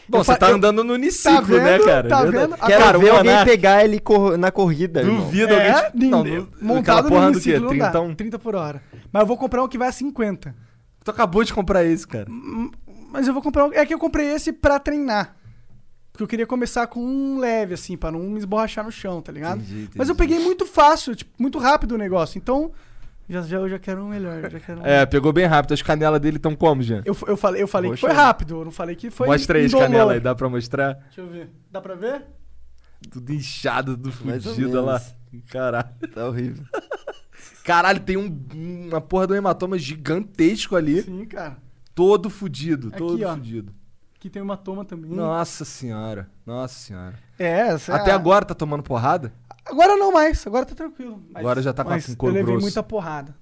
S1: Bom,
S2: Eu
S1: você
S2: fa-
S1: tá
S2: eu-
S1: andando no uniciclo,
S2: Tá vendo?
S1: né, cara?
S2: Tá
S1: Verdade.
S2: vendo?
S3: Quero
S1: Cara,
S3: ver
S1: o
S3: alguém
S1: anarquista-
S3: pegar ele cor- na corrida. irmão.
S1: Duvido
S2: É,
S1: alguém... Não,
S2: nin-
S1: não-
S2: montado
S1: aquela
S2: no
S1: porra do quê?
S2: uniciclo não dá,
S1: 30 um?
S2: 30 por hora. Mas eu vou comprar um que vai a 50.
S1: Tu acabou de comprar esse, cara.
S2: Mas eu vou comprar. um- É que eu comprei esse pra treinar. Porque eu queria começar com um leve, assim, pra não me esborrachar no chão, tá ligado?
S1: Entendi, entendi.
S2: Mas eu peguei muito fácil, tipo, muito rápido o negócio. Então, já, já, eu já quero um melhor. Já quero um...
S1: É, pegou bem rápido. As canelas dele estão como, Jean?
S2: Eu, f- eu falei, eu falei que
S3: Poxa.
S2: foi rápido, eu não falei que foi.
S1: Mostra aí as
S2: indolor.
S1: canelas aí, dá pra mostrar?
S2: Deixa eu ver. Dá pra ver?
S1: Tudo inchado, tudo
S3: Mais ou
S1: fudido olha lá. Caralho.
S3: Tá horrível.
S1: Caralho, tem um, uma porra do hematoma gigantesco ali.
S2: Sim, cara.
S1: Todo fudido, todo
S2: ó.
S1: fudido.
S2: Aqui tem uma toma também.
S1: Nossa senhora, nossa senhora.
S2: É, essa-
S1: Até agora tá tomando porrada?
S2: Agora não mais, agora tá tranquilo. Mas-
S1: Agora já tá com a-
S2: mas
S1: com couro
S2: Eu levei
S1: grosso.
S2: muita porrada.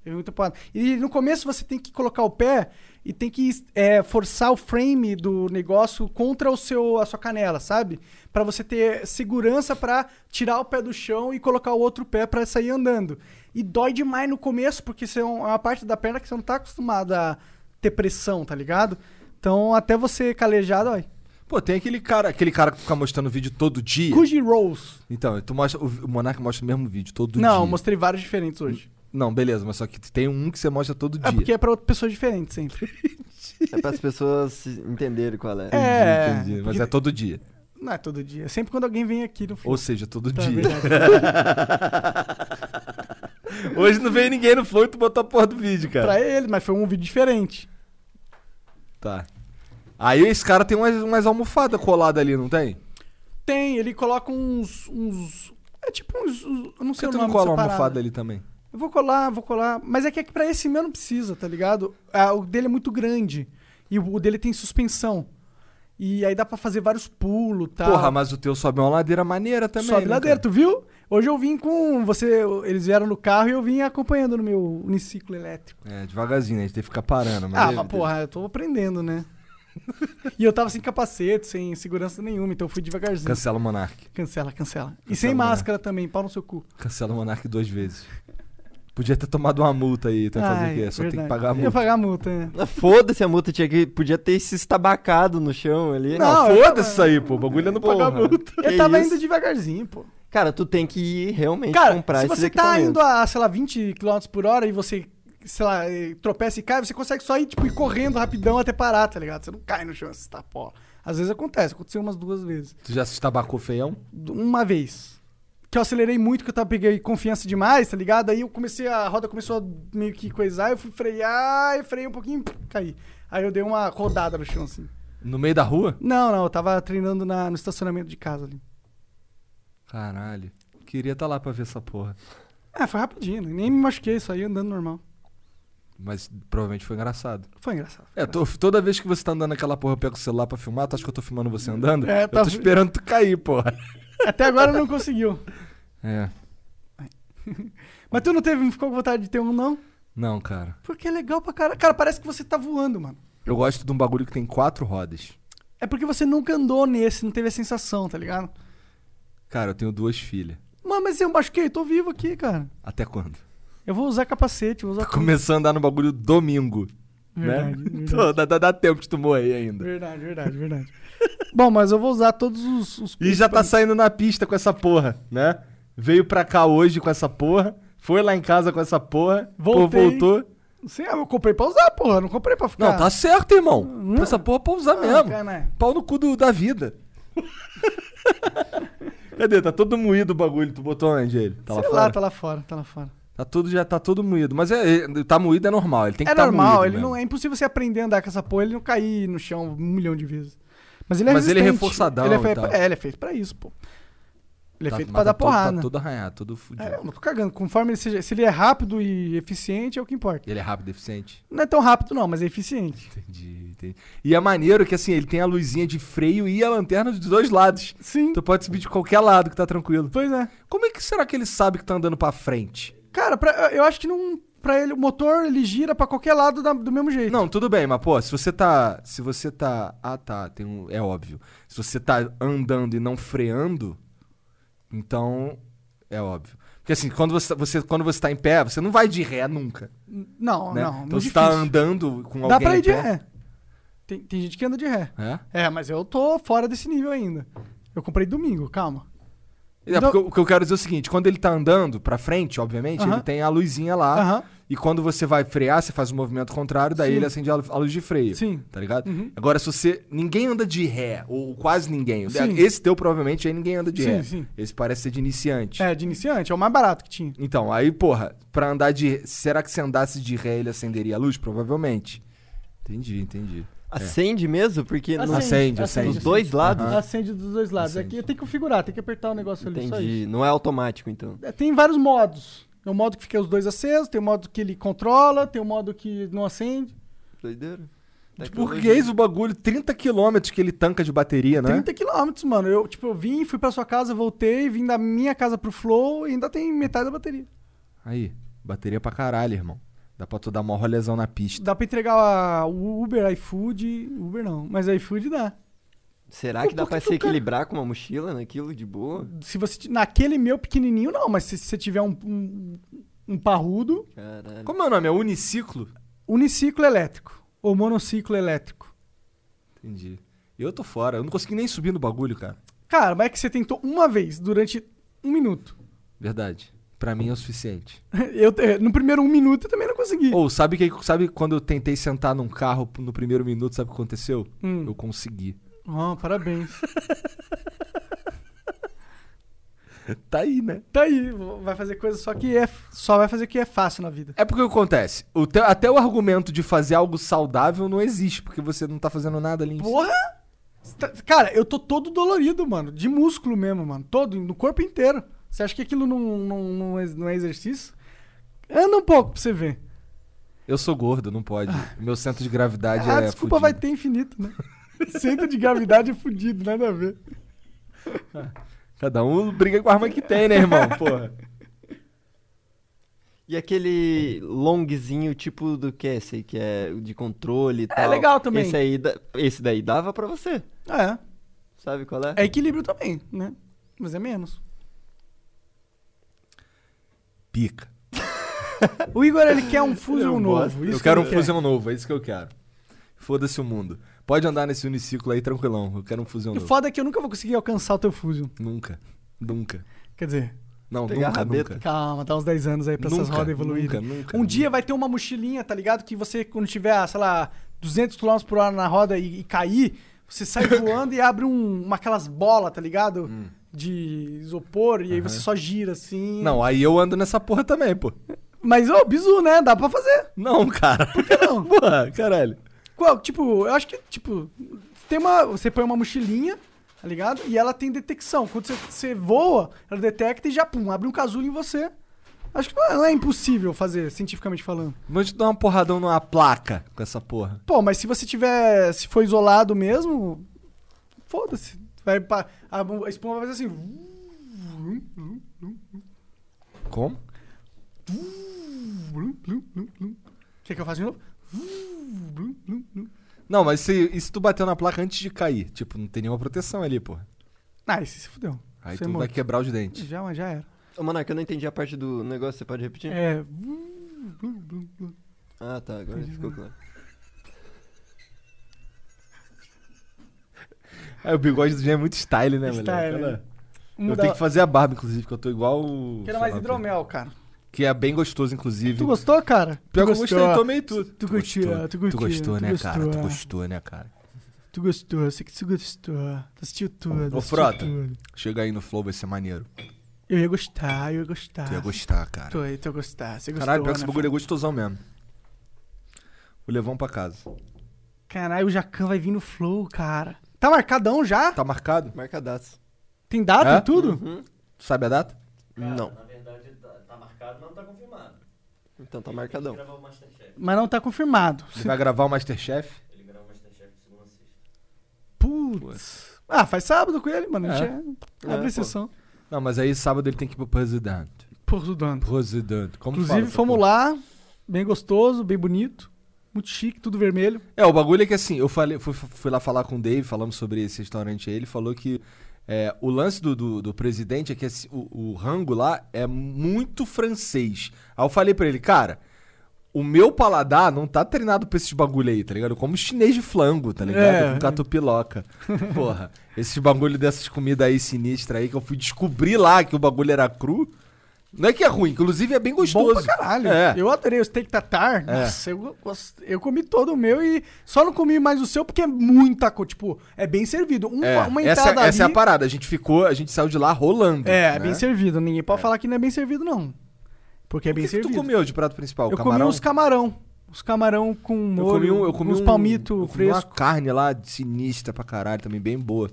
S2: Levei muita porrada. E no começo você tem que colocar o pé e tem que é, forçar o frame do negócio contra o seu, a sua canela, sabe? Pra você ter segurança pra tirar o pé do chão e colocar o outro pé pra sair andando. E dói demais no começo, porque você é um- é uma parte da perna que você não tá acostumado a ter pressão, tá ligado? Então até você calejar, dói.
S1: Pô, tem aquele cara, aquele cara que fica mostrando vídeo todo dia.
S2: Cuji Rolls.
S1: Então, tu mostra, o o Monark mostra o mesmo vídeo todo dia.
S2: Não, eu mostrei vários diferentes hoje.
S1: Não, beleza, mas só que tem um que você mostra todo
S2: É
S1: dia.
S2: porque é pra outras pessoas diferentes sempre. <laughs>
S3: É as pessoas se entenderem qual é.
S2: É.
S1: Entendi, entendi. Mas é todo dia.
S2: Não é todo dia. É sempre quando alguém vem aqui no fim.
S1: Ou seja, todo
S2: Tá,
S1: dia.
S2: verdade.
S1: <laughs> Hoje não veio ninguém no flow e tu botou a porra do vídeo, cara. <laughs>
S2: pra ele, mas foi um vídeo diferente.
S1: Tá. Aí esse cara tem umas, umas almofadas coladas ali, não tem?
S2: Tem, ele coloca uns. uns é tipo uns. uns- eu não
S1: Por que
S2: sei
S1: tu
S2: o
S1: não
S2: nome
S1: cola uma
S2: dessa
S1: almofada
S2: parada.
S1: ali também?
S2: Eu vou colar, vou colar. Mas é que pra esse meu não precisa, tá ligado? Ah, o dele é muito grande. E o dele tem suspensão. E aí dá pra fazer vários pulos e tal.
S1: Porra, mas o teu sobe uma ladeira maneira também.
S2: Tá. Sobe
S1: né,
S2: ladeira,
S1: cara?
S2: tu viu? Hoje eu vim com você. Eles vieram no carro e eu vim acompanhando no meu uniciclo elétrico.
S1: É, devagarzinho, né? A gente tem que ficar parando. Mas
S2: Ah,
S1: deve-
S2: mas porra, eu tô aprendendo, né? <laughs> e eu tava sem capacete, sem segurança nenhuma, então eu fui devagarzinho.
S1: Cancela o Monark.
S2: Cancela, cancela. E sem
S1: mano.
S2: máscara também, pau no seu cu.
S1: Cancela o Monark duas vezes. Podia ter tomado uma multa aí, tu vai fazer Tá o quê? Só tem que
S2: verdade.
S1: pagar a
S2: Eu ia
S1: multa.
S2: pagar a multa,
S1: <laughs>
S2: né?
S3: Ah, Foda-se a multa, tinha que, podia ter se estabacado no chão ali.
S1: Não,
S2: Não, eu
S1: foda-se isso aí, pô. O bagulho é não pagar a
S3: Porra.
S1: multa.
S2: Eu
S3: Que
S2: tava
S3: isso?
S2: indo devagarzinho, pô.
S3: Cara, tu tem que ir realmente
S2: Cara,
S3: comprar
S2: se
S3: esses
S2: você tá
S3: equipamentos.
S2: indo a, sei lá, 20 km por hora e você, sei lá, eh, tropeça e cai, você consegue só ir, tipo, ir correndo rapidão até parar, tá ligado? Você não cai no chão, você tá, pô. Às vezes acontece, aconteceu umas duas vezes.
S1: Tu já se estabacou feião?
S2: uma vez. Que eu acelerei muito, que eu tava, peguei confiança demais, tá ligado? Aí eu comecei, a roda começou a meio que coisar, eu fui frear, eu freiei um pouquinho, pum, caí. Aí eu dei uma rodada no chão, assim.
S1: No meio da rua?
S2: Não, não, eu tava treinando na, no estacionamento de casa ali.
S1: Caralho. Queria estar tá lá pra ver essa porra.
S2: Ah, foi rapidinho, né? nem me machuquei, saí andando normal.
S1: Mas provavelmente foi engraçado.
S2: Foi engraçado.
S1: É, tô- toda vez que você tá andando naquela porra, eu pego o celular pra filmar, tu acha que eu tô filmando você andando?
S2: É,
S1: Eu
S2: tá-
S1: tô esperando tu cair, porra.
S2: Até agora não conseguiu.
S1: É.
S2: Mas tu não teve, não ficou com vontade de ter um, não?
S1: Não, cara.
S2: Porque é legal pra caralho. Cara, parece que você tá voando, mano.
S1: Eu gosto de um bagulho que tem quatro rodas.
S2: É porque você nunca andou nesse, não teve a sensação, tá ligado?
S1: Cara, eu tenho duas filhas.
S2: Mano, mas eu machuquei, tô vivo aqui, cara.
S1: Até quando?
S2: Eu vou usar capacete, vou usar.
S1: Tá começando a andar no bagulho domingo.
S2: <laughs> Verdade,
S1: né?
S2: verdade.
S1: Então, dá, dá- dá tempo de tu morrer ainda.
S2: Verdade, verdade, verdade. <laughs> Bom, mas eu vou usar todos os. os-
S1: E já tá saindo na pista com essa porra, né? Veio pra cá hoje com essa porra, foi lá em casa com essa porra, pô,
S2: Voltei.
S1: voltou.
S2: Sim, ah, eu comprei pra usar, porra. Não comprei pra ficar.
S1: Não, tá certo, irmão. Pô, Essa porra é pra usar
S2: Ah,
S1: mesmo.
S2: cara, né?
S1: Pau no cu do- da
S2: <laughs>
S1: vida. Cadê? Tá todo moído o bagulho. Tu botou onde ele? Tá lá
S2: Sei
S1: fora?
S2: lá, tá lá fora, tá lá fora.
S1: Tá tudo, já tá todo moído. Mas é, é- tá moído é normal. Ele tem que
S2: É
S1: tá
S2: normal,
S1: moído
S2: ele
S1: mesmo.
S2: não, é impossível você aprender a andar com essa porra, ele não cair no chão um milhão de vezes. Mas ele é
S1: Mas ele é
S2: resistente.
S1: reforçadão
S2: Ele é,
S1: e
S2: feito,
S1: tal.
S2: é, ele é feito pra isso, pô. Ele é
S1: Tá-
S2: feito
S1: mas
S2: pra dar
S1: tá todo-
S2: porrada.
S1: Tá todo arranhado, todo fudido.
S2: É, eu não tô cagando. Conforme ele seja. Se ele é rápido e eficiente, é o que importa.
S1: Ele é rápido e eficiente.
S2: Não é tão rápido, não, mas é eficiente.
S1: Entendi, entendi. E é maneiro que assim, ele tem a luzinha de freio e a lanterna dos dois lados.
S2: Sim.
S1: Tu pode subir de qualquer lado que tá tranquilo.
S2: Pois é.
S1: Como é que será que ele sabe que tá andando pra frente?
S2: Cara, pra- eu acho que não. Pra ele, o motor ele gira pra qualquer lado da- do mesmo jeito.
S1: Não, tudo bem, mas pô, se você tá. Se você tá. Ah, tá, tem um, é óbvio. Se você tá andando e não freando, então É óbvio. Porque assim, quando você, você, quando você tá em pé, você não vai de ré nunca.
S2: Não,
S1: né?
S2: não. muito
S1: então você tá
S2: difícil.
S1: andando com alguém. né?
S2: Dá pra
S1: em
S2: ir de
S1: pé.
S2: ré. Tem, tem gente que anda de ré.
S1: É?
S2: É, mas eu tô fora desse nível ainda. Eu comprei domingo, calma.
S1: É,
S2: Então-
S1: porque o que eu quero dizer é o seguinte: quando ele tá andando pra frente, obviamente,
S2: Aham.
S1: ele tem a luzinha lá.
S2: Aham.
S1: E quando você vai frear, você faz o movimento contrário, daí
S2: Sim.
S1: ele acende a lu- a luz de freio.
S2: Sim.
S1: Tá ligado?
S2: Uhum.
S1: Agora, se você. Ninguém anda de ré, ou quase ninguém. O-
S2: Sim.
S1: Esse teu provavelmente aí ninguém anda de
S2: Sim,
S1: ré.
S2: sim.
S1: Esse parece ser de iniciante.
S2: É, de iniciante, é o mais barato que tinha.
S1: Então, aí, porra, pra andar de. Será que se andasse de ré ele acenderia a luz? Provavelmente. Entendi, entendi.
S3: Acende mesmo? Porque não- é-
S1: Acende.
S3: dos dois lados?
S1: Aham.
S2: Acende dos dois lados. Aqui eu tenho que configurar, tem que apertar o negócio ali. Só isso.
S3: Entendi. Não é automático, então.
S2: É, Tem vários modos. Tem o modo que fica os dois acesos, tem o modo que ele controla, tem o modo que não acende.
S3: Doideira.
S1: De
S3: Tecnologia.
S1: português é o bagulho, 30 quilômetros que ele tanca de bateria, né?
S2: 30 quilômetros, mano. Eu, tipo, eu vim, fui pra sua casa, voltei, vim da minha casa pro Flow e ainda tem metade da bateria.
S1: Aí, bateria pra caralho, irmão. Dá pra tu dar maior lesão na pista.
S2: Dá pra entregar a Uber, iFood. Uber não, mas iFood dá.
S3: Será
S2: Pô,
S3: que dá
S2: por que
S3: pra
S2: que
S3: se
S2: o cara-
S3: equilibrar com uma mochila naquilo de boa?
S2: Se você. ti- Naquele meu pequenininho, não, mas se você tiver um, um, um parrudo,
S3: Caralho.
S1: Como é o nome? É uniciclo?
S2: uniciclo elétrico ou monociclo elétrico.
S1: Entendi. Eu tô fora, eu não consegui nem subir no bagulho, cara.
S2: Cara, mas é que você tentou uma vez durante um minuto. <laughs>
S1: Verdade. Pra mim é o suficiente.
S2: Eu, te- no primeiro um minuto eu também não consegui.
S1: Ou sabe que sabe quando eu tentei sentar num carro no primeiro minuto, sabe o que aconteceu?
S2: Hum.
S1: Eu consegui.
S2: Ah, parabéns.
S1: <laughs> Tá aí, né?
S2: tá aí, vo- vai fazer coisa só que é. Só vai fazer o que é fácil na vida.
S1: É porque o que acontece? O te- até o argumento de fazer algo saudável não existe, porque você não tá fazendo nada ali em cima.
S2: Porra! Cê tá- Cara, eu tô todo dolorido, mano. De músculo mesmo, mano. Todo, no corpo inteiro. Você acha que aquilo não, não, não, é, não é exercício? Anda um pouco pra você ver.
S1: Eu sou gordo, não pode. Meu centro de gravidade
S2: ah,
S1: é.
S2: desculpa, vai ter infinito, né? <laughs> Centro de gravidade é fudido, nada a ver.
S1: Cada um briga com a arma que tem, né, <laughs> irmão? Porra.
S3: E aquele longzinho tipo do que é esse aí, que é de controle e tal.
S2: legal também.
S3: Esse, aí, da- esse daí dava pra você.
S2: É,
S3: Sabe qual é?
S2: é equilíbrio também, né? Mas é menos.
S1: Pica.
S2: O Igor, ele
S1: <laughs>
S2: quer um Fusion
S3: Eu
S2: novo.
S3: gosto.
S2: isso
S1: eu quero um
S2: ele quer.
S1: fusão novo, é isso que eu quero. Foda-se o mundo. Pode andar nesse uniciclo aí tranquilão. Eu quero um fusão
S2: E o
S1: novo.
S2: foda é que eu nunca vou conseguir alcançar o teu Fusion.
S1: Nunca. Nunca.
S2: Quer dizer,
S1: Não,
S3: Pegar a
S1: nunca,
S3: rabeta.
S1: nunca.
S2: calma, dá uns 10 anos aí pra essas
S1: Nunca,
S2: rodas
S1: nunca,
S2: evoluírem.
S1: nunca,
S2: um
S1: nunca.
S2: dia vai ter uma mochilinha, tá ligado? Que você, quando tiver, ah, sei lá, 200 km por hora na roda e, e cair, você sai voando e abre um, uma aquelas bolas, tá ligado? De isopor, e aí você só gira assim.
S1: Não, aí eu ando nessa porra também, pô.
S2: Mas, ô, bizu, né? Dá pra fazer.
S1: Não, cara. Por que <laughs>
S2: não?
S1: porra, caralho.
S2: Qual? Tipo, eu acho que, tipo, tem uma. Você põe uma mochilinha, tá ligado? E ela tem detecção. Quando você, você voa, ela detecta e já, pum, abre um casulo em você. Acho que não é- não é impossível fazer, cientificamente falando.
S1: Vamos te dar uma porradão numa placa com essa porra.
S2: Pô, mas se você tiver. Se for isolado mesmo. Foda-se. Vai pra, a, a espuma vai fazer assim.
S1: Como?
S2: Quer que eu faça de novo?
S1: Não, mas se, e se tu bateu na placa antes de cair? Tipo, não tem nenhuma proteção ali, porra.
S2: Ah, esse se fudeu.
S1: Aí
S2: Você
S1: tu vai
S2: morre.
S1: quebrar os dentes.
S2: Já, mas já era.
S3: Ô, Monarca, eu não entendi a parte do negócio, você pode repetir?
S2: É.
S3: Ah, tá, agora ficou claro.
S1: Aí o bigode do Jean é muito style, né,
S2: Style,
S1: moleque?
S2: né?
S1: Ela- Eu
S2: Mudar.
S1: tenho que fazer a barba, inclusive, que eu tô igual. o-
S2: Quero
S1: sei
S2: mais
S1: lá,
S2: hidromel, cara.
S1: Que é bem gostoso, inclusive.
S2: Tu gostou, cara?
S1: Pior que
S2: tu
S1: eu
S2: gostou.
S1: gostei, tomei tudo.
S2: Tu curtiu, tu curtiu,
S1: Tu gostou,
S2: tu
S1: né, cara?
S2: gostou,
S1: Tu
S2: é.
S1: gostou, né, cara?
S2: Tu gostou, eu sei que tu gostou. Tu assistiu tudo.
S1: Ô,
S2: assistiu
S1: Frota.
S2: tudo.
S1: Chega aí no Flow, vai ser maneiro.
S2: Eu ia gostar, eu ia gostar.
S1: Tu ia gostar, cara.
S2: Tu, tu ia gostar. Você gostou,
S1: Caralho, pior que esse
S2: né,
S1: bagulho é gostosão mesmo. Vou levar um pra casa.
S2: Caralho, o Jacan vai vir no flow, cara. Tá marcadão já?
S1: Tá marcado?
S3: Marcadaço.
S2: Tem data
S1: É?
S2: e tudo?
S3: Uhum.
S1: Tu sabe a data?
S4: Cara,
S3: Não.
S4: Na verdade, tá, tá marcado, mas não tá confirmado. Tem
S3: Então tá
S4: que
S3: marcadão.
S4: gravar o Masterchef.
S2: Mas não tá confirmado.
S1: Ele vai gravar o Masterchef?
S4: Ele grava o Masterchef de segunda a sexta.
S2: Putz. Ah, faz sábado com ele, mano. A gente é,
S3: É,
S2: abre
S3: pô.
S2: sessão.
S1: Não, mas aí sábado ele tem que ir pro Presidente.
S2: Por Sudano.
S1: Presidente. Como fala
S2: Inclusive,
S1: essa
S2: fomos
S1: porra?
S2: lá. Bem gostoso, bem bonito. Muito chique, tudo vermelho.
S1: É, o bagulho é que assim, eu falei, fui, fui lá falar com o Dave, falamos sobre esse restaurante aí, ele falou que É, o lance do, do, do presidente é que esse- o, o rango lá é muito francês. Aí eu falei pra ele, cara, o meu paladar não tá treinado pra esses bagulho aí, tá ligado? Eu como chinês de flango, tá ligado?
S2: É.
S1: Com
S2: <laughs>
S1: catupiloca. Porra, esses bagulho dessas comidas aí sinistras aí que eu fui descobrir lá que o bagulho era cru. Não é que é ruim, inclusive é bem gostoso.
S2: Bom pra caralho.
S1: É.
S2: Eu adorei o steak tatar. Nossa, eu, gost- eu comi todo o meu e só não comi mais o seu porque é muita coisa. Tipo, é bem servido. Uma,
S1: É,
S2: uma
S1: essa,
S2: entrada
S1: essa é a
S2: ali...
S1: parada. A gente ficou, a gente saiu de lá rolando.
S2: É,
S1: né?
S2: é bem servido. Ninguém pode falar que não é bem servido, não. Porque é
S1: O
S2: bem
S1: que, que tu
S2: servido.
S1: comeu de prato principal?
S2: eu
S1: camarão?
S2: comi uns camarão. Uns camarão com molho, uns
S1: um-
S2: palmito
S1: eu comi uma
S2: fresco.
S1: carne lá sinistra pra caralho também, bem boa.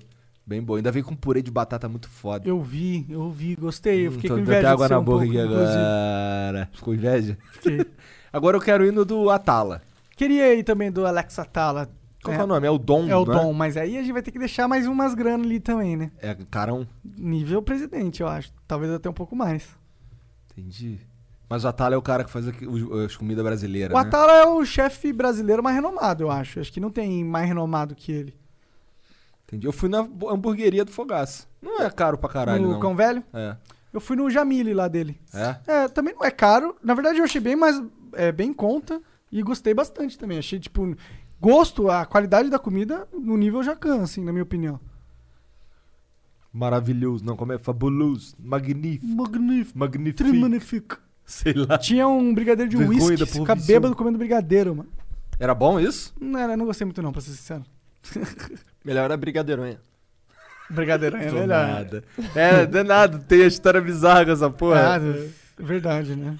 S1: Bem boa. Ainda veio com purê de batata muito foda.
S2: Eu vi, eu vi, gostei. Eu fiquei
S1: Hum, tô
S2: com
S1: dando até
S2: inveja
S1: água
S2: de ser
S1: na
S2: um
S1: boca
S2: pouco,
S1: aqui
S2: inclusive.
S1: agora. <laughs> Ficou inveja?
S2: Fiquei.
S1: Agora eu quero ir no do Atala.
S2: Queria ir também do Alex Atala.
S1: Qual
S2: é,
S1: que é o nome? É o Dom,
S2: É
S1: não
S2: o Dom, mas aí a gente vai ter que deixar mais umas granas ali também, né?
S1: É, carão.
S2: Nível presidente, eu acho. Talvez até um pouco mais.
S1: Entendi. Mas o Atala é o cara que faz aqui- os- as comidas brasileiras,
S2: O
S1: né?
S2: Atala é o chefe brasileiro mais renomado, eu acho. Acho que não tem mais renomado que ele.
S1: Entendi. Eu fui na bo- hamburgueria do Fogaça. Não é caro pra caralho,
S2: no
S1: não.
S2: Cão Velho,
S1: É.
S2: eu fui no Jamile lá dele.
S1: É?
S2: É, também não é caro. Na verdade, eu achei bem mais é, bem em conta e gostei bastante também. Achei, tipo, gosto, a qualidade da comida no nível Jacan, assim, na minha opinião.
S1: Maravilhoso. Não, como é? Fabuloso. Magnífico.
S2: Magnífico.
S1: Magnífico.
S2: Magnífico.
S1: Sei lá.
S2: Tinha um brigadeiro de
S1: Vergonha
S2: uísque,
S1: da
S2: ficar
S1: profissão.
S2: bêbado comendo brigadeiro, mano.
S1: Era bom isso?
S2: Não, era- não gostei muito não, pra ser sincero.
S3: Melhor era brigadeironha.
S2: Brigadeiro é
S1: Do
S2: melhor.
S3: né?
S1: nada. É, do nada. Tem a história bizarra com essa
S3: é.
S1: porra.
S2: Ah, verdade,
S3: <laughs>
S2: né?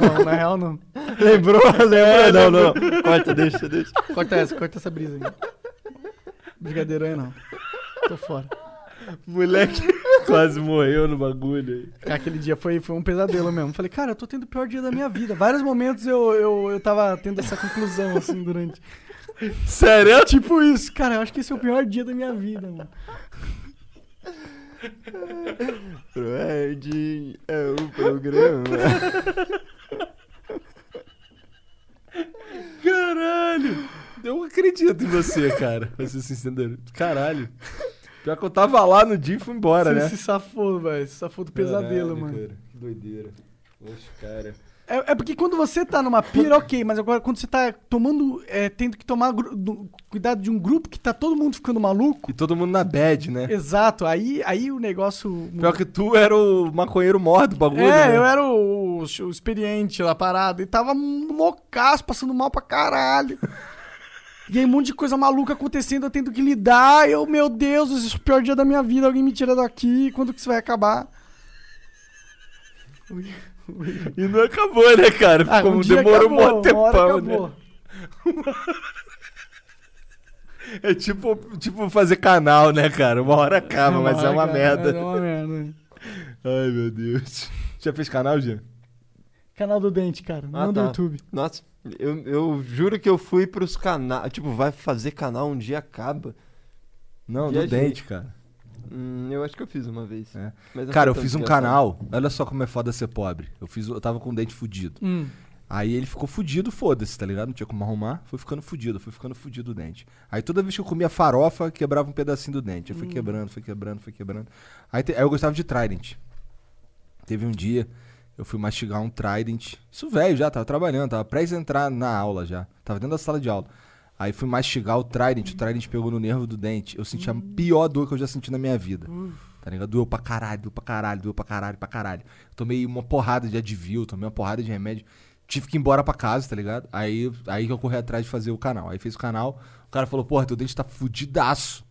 S2: Não, na real não. <laughs>
S3: Lembrou? Lembrou? não, não. Corta, deixa, deixa.
S2: Corta essa, corta essa brisa aí. Brigadeiro é não. Tô fora.
S3: <laughs>
S1: Moleque quase morreu no bagulho. aí.
S2: Aquele dia foi, foi um pesadelo mesmo. Falei, cara, eu tô tendo o pior dia da minha vida. Vários momentos eu, eu, eu tava tendo essa conclusão, assim, durante.
S1: Sério?
S2: Tipo isso, cara, eu acho que esse é o pior dia da minha vida, mano.
S3: Proerd é o programa.
S1: Caralho. Eu acredito em você, cara. Pra ser sincero. Caralho. Pior que eu tava lá no dia e fui embora,
S2: Você
S1: né?
S2: se safou, velho. Se safou do pesadelo,
S1: Caralho,
S2: mano.
S1: cara, Que doideira. Poxa, cara.
S2: É, é porque quando você tá numa pira, ok, mas agora quando você tá tomando. é, tendo que tomar gru- do- cuidado de um grupo que tá todo mundo ficando maluco.
S1: <laughs> E todo mundo na bad, né?
S2: Exato, aí, aí o negócio. muda.
S1: Pior que tu era o maconheiro morto do bagulho.
S2: É,
S1: né?
S2: eu era o, o experiente lá parado e tava loucaço, passando mal pra caralho. <laughs> E aí, um monte de coisa maluca acontecendo, eu tendo que lidar. Eu, meu Deus, esse é o pior dia da minha vida, alguém me tira daqui, quando que isso vai acabar?
S1: E não acabou, né, cara? Ficou,
S2: dia
S1: demorou um mó
S2: acabou, uma
S1: tempão,
S2: hora
S1: né?
S2: acabou.
S1: É tipo, tipo fazer canal, né, cara? Uma hora acaba, mas é uma
S2: Cara,
S1: merda.
S2: É uma merda.
S1: Ai, meu Deus. <laughs> Já fez canal, Jean?
S2: Canal do Dente, cara,
S3: Ah,
S2: não do
S3: tá.
S2: YouTube.
S3: Nossa, eu, eu juro que eu fui pros canais. Tipo, vai fazer canal um dia acaba.
S1: Não, do
S3: Viajei.
S1: dente, cara.
S3: Hum, eu acho que eu fiz uma vez.
S1: É.
S3: Mas não
S1: Cara, eu
S3: foi
S1: fiz
S3: tanto
S1: um
S3: que eu
S1: canal. Olha só como é foda ser pobre. Eu, fiz, eu tava com o dente fudido. Aí ele ficou fudido, foda-se, tá ligado? Não tinha como arrumar. Foi ficando fudido, foi ficando fudido o dente. Aí toda vez que eu comia farofa, quebrava um pedacinho do dente. Eu fui quebrando, fui quebrando, fui quebrando. Aí, te- aí eu gostava de Trident. Teve um dia, eu fui mastigar um Trident. Isso velho já, tava trabalhando, tava prestes a entrar na aula já. Tava dentro da sala de aula. Aí fui mastigar o Trident, o Trident pegou no nervo do dente. Eu senti a pior dor que eu já senti na minha vida. Tá ligado? Doeu pra caralho, doeu pra caralho, doeu pra caralho, pra caralho. Tomei uma porrada de Advil, tomei uma porrada de remédio. Tive que ir embora pra casa, tá ligado? Aí, aí que eu corri atrás de fazer o canal. Aí fez o canal, o cara falou, porra, teu dente tá fudidaço.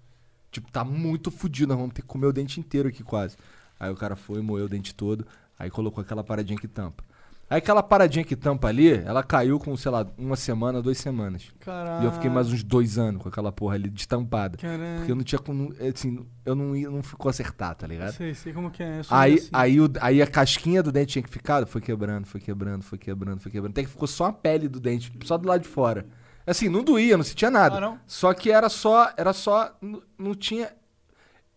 S1: Tipo, tá muito fudido, nós vamos ter que comer o dente inteiro aqui quase. Aí o cara foi, moeu o dente todo, aí colocou aquela paradinha que tampa. Aí aquela paradinha que tampa ali, ela caiu com, sei lá, uma semana, duas semanas.
S2: Caralho.
S1: E eu fiquei mais uns dois anos com aquela porra ali destampada. Porque eu não tinha como, assim, eu não, ia- não ficou acertar, tá ligado?
S2: Sei, sei como que é. eu sou
S1: Aí, ah,
S2: assim.
S1: aí, o- aí a casquinha do dente tinha que ficar, foi quebrando, foi quebrando, foi quebrando, foi quebrando. Até que ficou só a pele do dente, só do lado de fora. Assim, não doía, não sentia nada.
S2: Ah, não?
S1: Só que era só, era só, n- não tinha...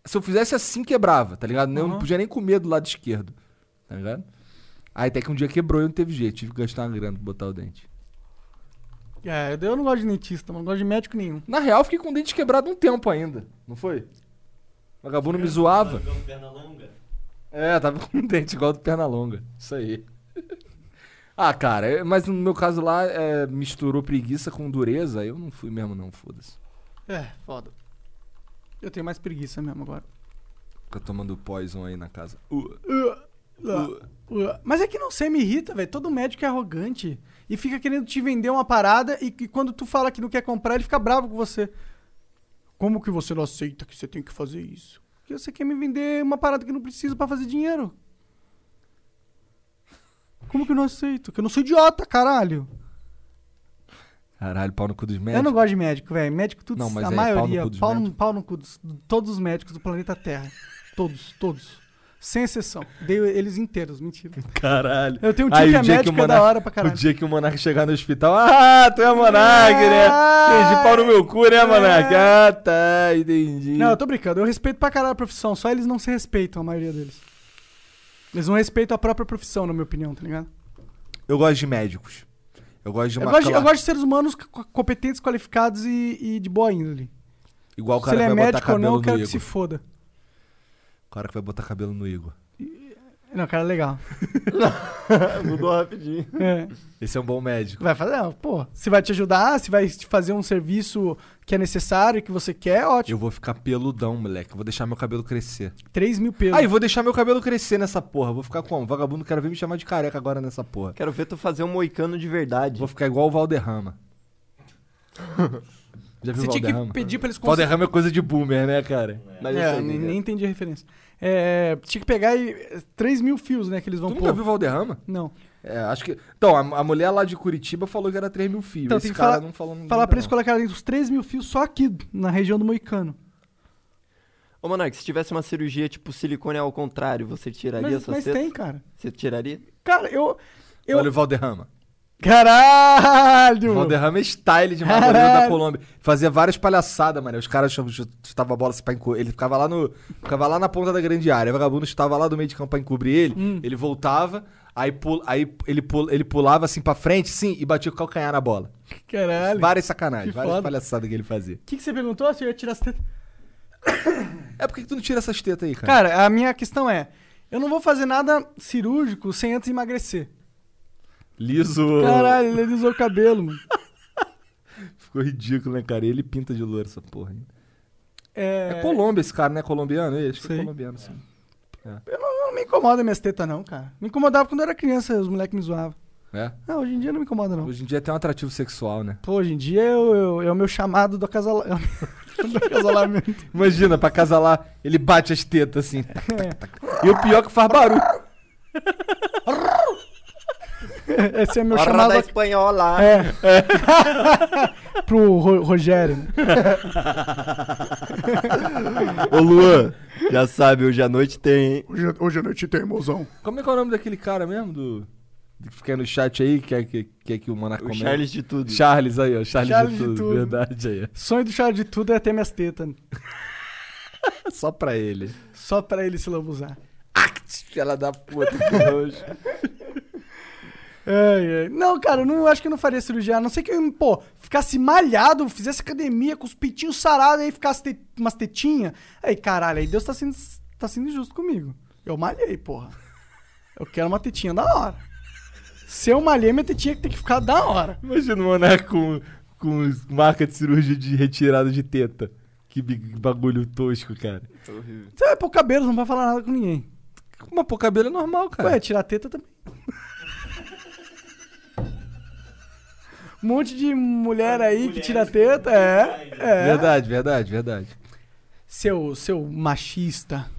S1: Se eu fizesse assim, quebrava, tá ligado? Eu
S2: Aham.
S1: não podia nem comer do lado esquerdo, tá ligado? Aí até que um dia quebrou e não teve jeito, tive que gastar uma grana pra botar o dente.
S2: É, eu não gosto de dentista, não gosto de médico nenhum.
S1: Na real, eu fiquei com o dente quebrado um tempo ainda, não foi? Vagabundo me zoava.
S4: Langão, perna longa.
S1: É, tava com um dente igual do Pernalonga. Isso aí. <laughs> Ah, cara, eu- mas no meu caso lá, é, misturou preguiça com dureza. Eu não fui mesmo, não, foda-se.
S2: É, foda. Eu tenho mais preguiça mesmo agora.
S1: Fica tomando poison aí na casa.
S2: Mas é que não sei, me irrita, velho. Todo médico é arrogante e fica querendo te vender uma parada e, e quando tu fala que não quer comprar, ele fica bravo com você. Como que você não aceita que você tem que fazer isso? Porque você quer me vender uma parada que eu não preciso pra fazer dinheiro. Como que eu não aceito? Que eu não sou idiota, caralho.
S1: Caralho, pau no cu dos
S2: Eu
S1: médicos.
S2: não gosto de médico, velho. Médico, tudo,
S1: Não, mas
S2: a
S1: é pau no
S2: maioria.
S1: cu dos
S2: Pau no,
S1: médicos.
S2: pau no cu dos, todos os médicos do planeta Terra. Todos, todos. Sem exceção. Dei eles inteiros, mentira.
S1: Caralho.
S2: Eu tenho um tio
S1: Aí,
S2: que
S1: o dia
S2: é
S1: que
S2: médico,
S1: o
S2: é
S1: Monark-
S2: da hora pra caralho.
S1: O dia que o Monark chegar no hospital, ah, tu é Monark, né?
S2: Ah! é.
S1: Entendi pau no meu cu, né, Monark? Ah, tá, entendi.
S2: Não, eu tô brincando. Eu respeito pra caralho a profissão. Só eles não se respeitam, a maioria deles. Eles não respeitam a própria profissão, na minha opinião, tá ligado?
S1: Eu gosto de médicos. Eu gosto de
S2: Eu
S1: uma
S2: gosto, de- eu
S1: cla-
S2: gosto de seres humanos co- competentes, qualificados e, e de boa índole.
S1: Igual o
S2: Se
S1: cara
S2: ele
S1: que
S2: é
S1: vai botar
S2: médico ou não,
S1: cabelo
S2: eu quero
S1: no
S2: que
S1: Igor.
S2: se foda.
S1: O cara que vai botar cabelo no Igor.
S2: Não,
S1: <laughs>
S2: cara, legal.
S3: <laughs> Mudou rapidinho.
S2: É.
S1: Esse é um bom médico.
S2: Vai fazer, não, pô. Se vai te ajudar, se vai te fazer um serviço que é necessário, que você quer, ótimo.
S1: Eu vou ficar peludão, moleque. Eu vou deixar meu cabelo crescer.
S2: 3 mil pesos.
S1: Ah, e vou deixar meu cabelo crescer nessa porra. Vou ficar como? Vagabundo, quero ver me chamar de careca agora nessa porra.
S3: Quero ver tu fazer um moicano de verdade.
S1: Vou ficar igual o
S2: <laughs>
S1: Valderrama. Já viu
S2: você
S1: o
S2: tinha
S1: Valderrama?
S2: que pedir pra eles conseguirem.
S1: Valderrama é coisa de boomer, né, cara?
S3: Mas eu
S2: É,
S3: sei,
S2: nem,
S3: né?
S2: nem entendi a referência. É, tinha que pegar e, 3 mil fios, né? Que eles vão
S1: Tu
S2: pôr.
S1: nunca viu o Valderrama?
S2: Não.
S1: É, acho que. Então, a, a mulher lá de Curitiba falou que era 3 mil fios.
S2: Então,
S1: Esse
S2: tem que
S1: cara
S2: falar-
S1: não falou nada.
S2: Falar pra eles
S1: não.
S2: colocarem os 3 mil fios só aqui, na região do Moicano.
S3: Ô, Monark, se tivesse uma cirurgia tipo silicone ao contrário, você tiraria
S2: Mas,
S3: suas
S2: mas
S3: tetas?
S2: tem, cara.
S3: Você tiraria?
S2: Cara, eu. eu...
S1: Olha o Valderrama.
S2: Caralho!
S1: O Valderrama é style de magoeiro
S2: Caralho.
S1: da Colômbia. Fazia várias palhaçadas, mano. Os caras chutavam- chutavam a bola assim pra encobrir. Ele ficava lá, no, ficava lá na ponta da grande área. O vagabundo estava lá do meio de campo pra encobrir ele.
S2: Hum.
S1: Ele voltava, aí, pul- aí ele, pul- ele pulava assim pra frente, sim, e batia o calcanhar na bola.
S2: Caralho.
S1: Várias sacanagens,
S2: que
S1: várias
S2: foda.
S1: palhaçadas que ele fazia.
S2: O que, que você perguntou? Se eu ia tirar as tetas.
S1: É por que que tu não tira essas tetas aí, cara?
S2: Cara, a minha questão é: eu não vou fazer nada cirúrgico sem antes emagrecer.
S1: Liso.
S2: Caralho, ele alisou o cabelo, mano.
S1: Ficou ridículo, né, cara? E ele pinta de louro essa porra. hein?
S2: É,
S1: É Colômbia esse cara, né? Colombiano? Ele? Acho que é
S2: Sei.
S1: colombiano, sim.
S2: Eu não, não me incomoda minhas tetas, não, cara. Me incomodava quando eu era criança, os moleques me zoavam.
S1: É.
S2: Não, hoje em dia não me incomoda, não.
S1: Hoje em dia tem um atrativo sexual, <laughs> né?
S2: Pô, hoje em dia eu, eu- é o meu chamado do, é acasala... do acasalamento.
S1: Imagina, pra casalar, ele bate as tetas assim.
S2: É,
S1: E o pior é que faz barulho.
S2: <laughs> esse é meu
S3: Hora
S2: chamado
S3: da espanhola!
S2: É. <laughs> Pro Ro- Rogério. né?
S3: Ô, Luan, já sabe, hoje à noite tem, hein?
S5: Hoje, hoje à noite tem, mozão.
S1: Como é que é o nome daquele cara mesmo? Do. do Que fica aí no chat aí, que é que, que, é que o Monaco
S3: O
S1: comenta?
S3: Charles de tudo.
S1: Charles aí, ó. Charles,
S2: Charles
S1: de,
S2: de
S1: tudo,
S2: tudo.
S1: Verdade aí.
S2: Sonho do Charles de tudo é ter minhas tetas. né?
S1: ó. Só pra ele.
S2: Só pra ele se lambuzar.
S1: Ah, Ela dá puta que nojo.
S2: Ai, ai. Não, cara, eu não eu acho que eu não faria cirurgia. A não ser que eu, pô, ficasse malhado, fizesse academia com os pitinhos sarados aí ficasse te- umas tetinhas. Aí, caralho, aí Deus tá sendo, tá sendo injusto comigo. Eu malhei, porra. Eu quero uma tetinha da hora. Se eu malhei, minha tetinha tem que ficar da hora.
S1: Imagina o Monaco com, com marca de cirurgia de retirada de teta. Que big- bagulho tosco, cara.
S2: Você vai pôr cabelo, você não vai falar nada com ninguém.
S1: Mas pô, cabelo é normal, cara.
S2: Ué, tirar a teta também. Um monte de mulher aí que tira a teta, é. é.
S1: Verdade, verdade, verdade.
S2: Seu, seu machista.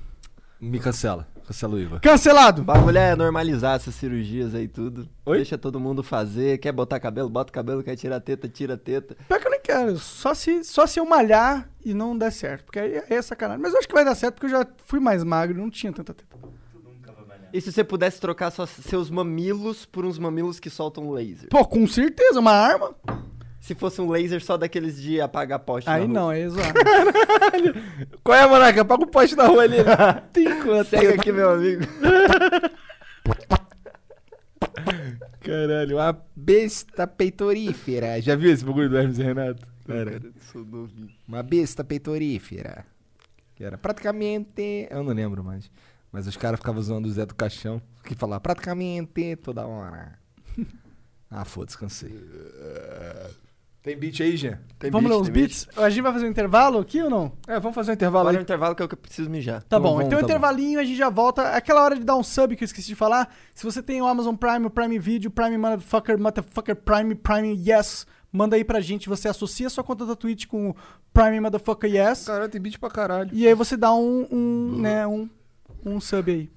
S1: Me cancela. Cancela o Igor.
S2: Cancelado!
S3: O bagulho é normalizar essas cirurgias aí tudo.
S1: Oi?
S3: Deixa todo mundo fazer. Quer botar cabelo, bota cabelo. Quer tirar teta, tira teta.
S2: Pior que eu nem quero, só se, só se eu malhar e não der certo, porque aí é sacanagem. Mas eu acho que vai dar certo, porque eu já fui mais magro e não tinha tanta teta.
S4: Tu nunca vai malhar.
S3: E se você pudesse trocar suas- seus mamilos por uns mamilos que soltam um laser?
S2: Pô, com certeza, uma arma.
S3: Se fosse um laser só daqueles de apagar poste
S2: Aí
S3: na rua.
S2: não, é exato. <laughs>
S1: Qual é, Monaco? Apaga o poste da rua ali.
S3: <laughs> Segue aqui, meu amigo.
S1: Caralho, uma besta peitorífera. Já viu esse bagulho do Hermes e Renato? Cara,
S3: Sou novinho.
S1: uma besta peitorífera. Que era praticamente. Eu não lembro mais. Mas os caras ficavam zoando o Zé do Caixão, que falava praticamente toda hora. <laughs> ah, foda-se, cansei. Tem beat aí, Jean? Tem
S2: Vamos ler
S1: beat,
S2: uns
S1: tem
S2: beats? A gente vai fazer um intervalo aqui ou não?
S1: beat? É, vamos fazer um intervalo
S3: Fala no
S2: então.
S1: aí.
S3: intervalo que é o que eu preciso mijar.
S2: Tá
S1: Então
S2: bom,
S1: vamos,
S2: então
S1: tá bom.
S2: intervalinho, a gente já volta. Aquela hora de dar um sub que eu esqueci de falar. Se você tem o Amazon Prime, o Prime Video, Prime Motherfucker, Motherfucker Prime, Prime Yes, manda aí pra gente. Você associa sua conta da Twitch com o Prime Motherfucker Yes.
S1: Caralho, tem beat pra caralho.
S2: E aí você dá um, um, né, um, um sub aí.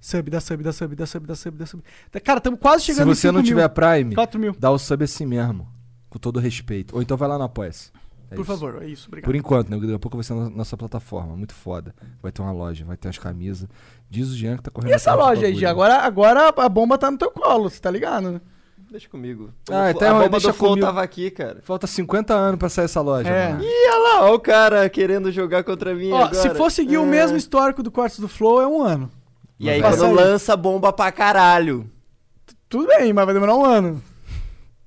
S2: Sub, dá sub, dá sub, dá sub, dá sub, dá sub. Tá- Cara, estamos quase
S1: Se
S2: chegando em
S1: você
S2: 5
S1: não
S2: mil.
S1: tiver Prime,
S2: 4 mil,
S1: dá o sub assim mesmo. Com todo respeito. Ou então vai lá no Apoia-se. É
S2: por
S1: isso.
S2: favor. É isso, obrigado.
S1: Por enquanto, né? Daqui a pouco vai ser a nossa plataforma. Muito foda. Vai ter uma loja, vai ter as camisas. Diz o Jean que tá correndo.
S2: E essa
S1: atrás do
S2: loja aí,
S1: bagulho.
S2: Gia? Agora, agora a bomba tá no teu colo, você tá ligado? né?
S3: Deixa comigo.
S1: Ah,
S3: O-
S1: então
S3: a bomba
S1: deixa
S3: do Flow
S1: comigo.
S3: tava aqui, cara.
S1: Falta 50 anos pra sair essa loja.
S2: É.
S1: mano.
S3: Ih, olha lá, olha o cara querendo jogar contra mim
S2: Ó,
S3: agora.
S2: se for seguir o
S3: É.
S2: mesmo histórico do Cortes do Flow, é um ano.
S3: E aí,
S2: Passa
S3: quando
S2: aí.
S3: lança bomba pra caralho.
S2: Tudo bem, mas vai demorar um ano.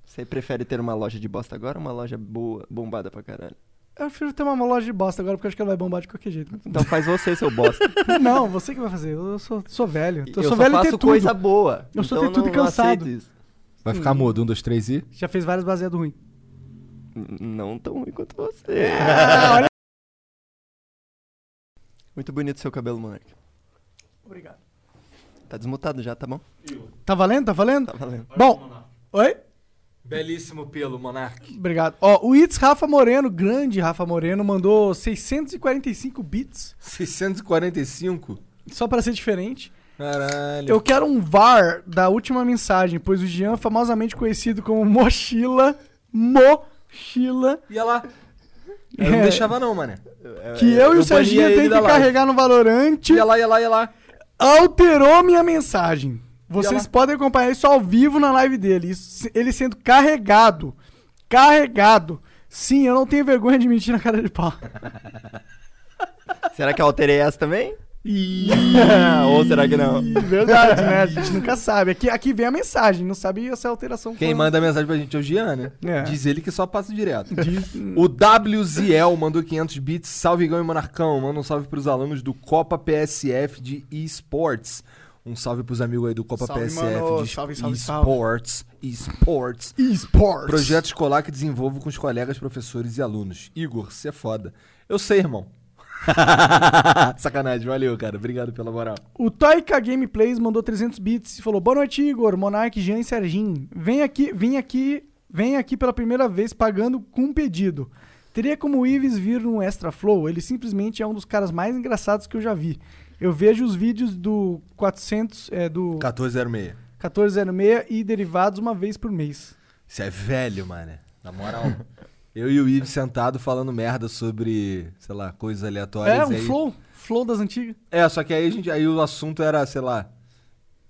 S3: Você prefere ter uma loja de bosta agora ou uma loja boa, bombada pra caralho?
S2: Eu prefiro ter uma loja de bosta agora, porque eu acho que ela vai bombar de qualquer jeito. <laughs>
S3: Então faz você, seu bosta.
S2: Não, você que vai fazer. Eu sou, sou velho. Eu, sou
S3: eu só
S2: velho em ter
S3: faço
S2: tudo.
S3: coisa boa.
S2: Eu sou
S3: então
S2: ter tudo
S3: não
S2: cansado.
S3: aceito Isso.
S1: Vai ficar mudo. Um, dois, três e.
S2: Já fez várias baseadas ruins.
S3: N- Não tão ruim quanto você.
S2: É,
S3: <laughs> Muito bonito seu cabelo, Monark.
S2: Obrigado.
S3: Tá desmutado já, tá bom?
S2: Tá valendo? Tá valendo?
S3: Tá valendo.
S2: Bom, oi?
S1: Belíssimo pelo, Monark.
S2: Obrigado. Ó, o Itz Rafa Moreno, grande Rafa Moreno, mandou 645 bits,
S1: 645?
S2: só pra ser diferente.
S1: Caralho.
S2: Eu quero um VAR da última mensagem, pois o Jean, famosamente conhecido como Mochila, Mochila,
S1: Ia lá. Eu não
S2: É.
S1: deixava, não, mano.
S2: que
S3: É,
S2: eu, e o
S1: É, eu
S2: Serginho
S1: bania
S2: tem
S1: ele
S2: que
S1: da live.
S2: carregar no Valorante,
S1: Ia lá, ia lá, ia lá.
S2: alterou minha mensagem. Vocês
S1: lá.
S2: podem acompanhar isso ao vivo na live dele. Isso- ele sendo carregado. Carregado. Sim, eu não tenho vergonha de mentir na cara de
S1: <laughs>
S2: pau.
S3: Será que eu alterei essa também?
S2: <laughs>
S3: ou será que não?
S2: Ih,
S1: <laughs>
S2: Verdade, né? A gente nunca sabe. Aqui, aqui vem a mensagem, não sabe essa alteração.
S1: Quem
S2: foi-
S1: manda mensagem pra gente é o Gian, né?
S2: É.
S1: Diz ele que só passa direto.
S2: Diz-
S1: O WZL mandou 500 bits. Salve, Igão e Monarcão. Manda um salve pros alunos do Copa PSF de Esports. Um salve pros amigos aí do Copa
S2: Salve,
S1: PSF
S2: mano.
S1: de
S2: Salve, salve, salve.
S1: Esports. Esports.
S2: Esports.
S1: Projeto escolar que desenvolvo com os colegas, professores e alunos. Igor, você é foda. Eu sei, irmão. <laughs> Sacanagem, valeu, cara. Obrigado pela moral.
S2: O Toika Gameplays mandou 300 bits e falou: Boa noite, Igor, Monark, Jean e Serginho. Vem aqui, vim aqui, vem aqui pela primeira vez pagando com um pedido. Teria como o Ives vir num Extra Flow? Ele simplesmente é um dos caras mais engraçados que eu já vi. Eu vejo os vídeos do 400, é, do
S1: 1406.
S2: 1406 e derivados uma vez por mês.
S1: Você é velho, mano. Na
S2: <laughs>
S1: moral. Eu e o Ives sentado falando merda sobre, sei lá, coisas aleatórias.
S2: É, um
S1: aí...
S2: flow? Flow das antigas?
S1: É, só que aí, a gente, aí o assunto era, sei lá.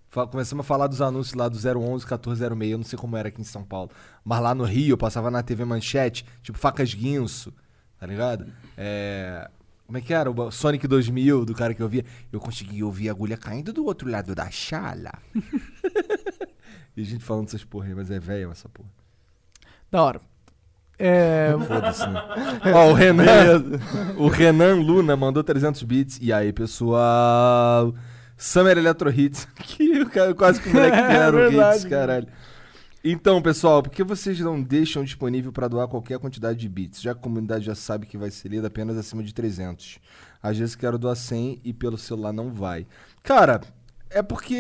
S1: fa- Começamos a falar dos anúncios lá do 011, 1406, eu não sei como era aqui em São Paulo. Mas lá no Rio, eu passava na TV Manchete, tipo Facas Guinso, tá ligado? É. Como é que era? O ba- Sonic 2000, do cara que eu via. Eu consegui ouvir a agulha caindo do outro lado da chala. <laughs> e a gente falando essas porra aí, mas é velho essa porra.
S2: Da hora.
S1: <laughs>
S2: É,
S1: Foda-se,
S3: <laughs>
S1: né? Ó, o Renan. o Renan Luna mandou 300 bits. E aí, pessoal? Summer Electro Hits. <laughs> que o cara- quase que o
S3: <laughs>
S1: moleque
S2: É
S1: vieram
S2: verdade,
S1: hits, caralho. Então, pessoal, por que vocês não deixam disponível para doar qualquer quantidade de bits? Já que a comunidade já sabe que vai ser lida apenas acima de 300. Às vezes quero doar 100 e pelo celular não vai. Cara, é porque.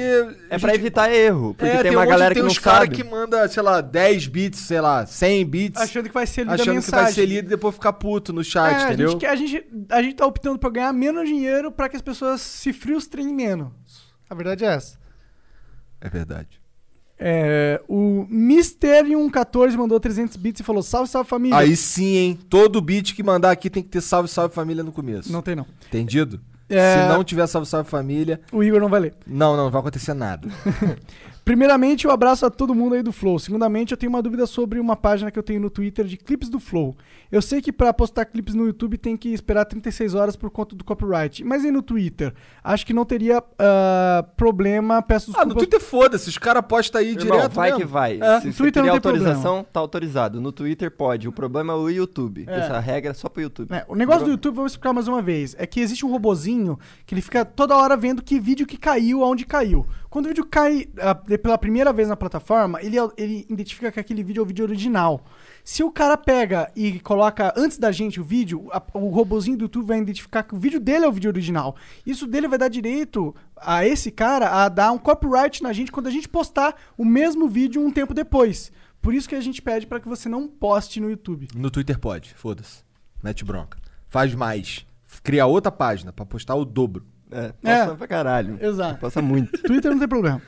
S3: É pra evitar erro,
S2: É,
S3: porque tem,
S2: um
S3: uma
S1: onde tem
S3: galera que não
S1: uns cara
S3: sabe.
S1: que manda, sei lá, 10 bits, sei lá, 100 bits
S2: achando que vai ser lida a
S1: achando que
S2: mensagem.
S1: vai ser lido e depois ficar puto no chat,
S2: É,
S1: entendeu?
S2: A gente, quer- a, gente, a gente tá optando por ganhar menos dinheiro pra que as pessoas se frustrem menos. A verdade é essa.
S1: É verdade.
S2: É, o Mysterium14 mandou 300 bits e falou: Salve, salve família.
S1: Aí sim, hein? Todo beat que mandar aqui tem que ter salve, salve família no começo.
S2: Não tem, não.
S1: Entendido?
S2: É.
S1: Se não tiver salve, salve família,
S2: O Igor não vai ler. <laughs>
S1: não, não, não vai acontecer nada.
S2: Primeiramente, eu abraço a todo mundo aí do Flow. Segundamente, eu tenho uma dúvida sobre uma página que eu tenho no Twitter de clipes do Flow. Eu sei que pra postar clipes no YouTube tem que esperar 36 horas por conta do copyright. Mas e no Twitter? Acho que não teria ah, problema. Peço
S1: Ah,
S2: desculpas.
S1: no Twitter foda-se, os caras postam aí
S3: Irmão,
S1: direto.
S3: vai
S1: mesmo.
S3: que vai.
S1: É,
S3: Se
S2: no
S3: você
S2: Twitter
S3: tiver
S2: não tem
S3: autorização, tá autorizado. No Twitter pode. O problema é o YouTube. Essa regra é só pro YouTube.
S2: É, o negócio do YouTube, vamos explicar mais uma vez, é que existe um robozinho que ele fica toda hora vendo que vídeo que caiu, aonde caiu. Quando o vídeo cai ah, de- pela primeira vez na plataforma, ele, ele identifica que aquele vídeo é o vídeo original. Se o cara pega e coloca antes da gente o vídeo, a- o robozinho do YouTube vai identificar que o vídeo dele é o vídeo original. Isso dele vai dar direito a esse cara a dar um copyright na gente quando a gente postar o mesmo vídeo um tempo depois. Por isso que a gente pede para que você não poste no YouTube.
S1: No Twitter pode, foda-se. Mete bronca. Faz mais. Cria outra página pra postar o dobro.
S3: É,
S2: É.
S3: passa pra caralho.
S2: Exato. <laughs>
S3: Passa muito.
S2: Twitter não tem problema.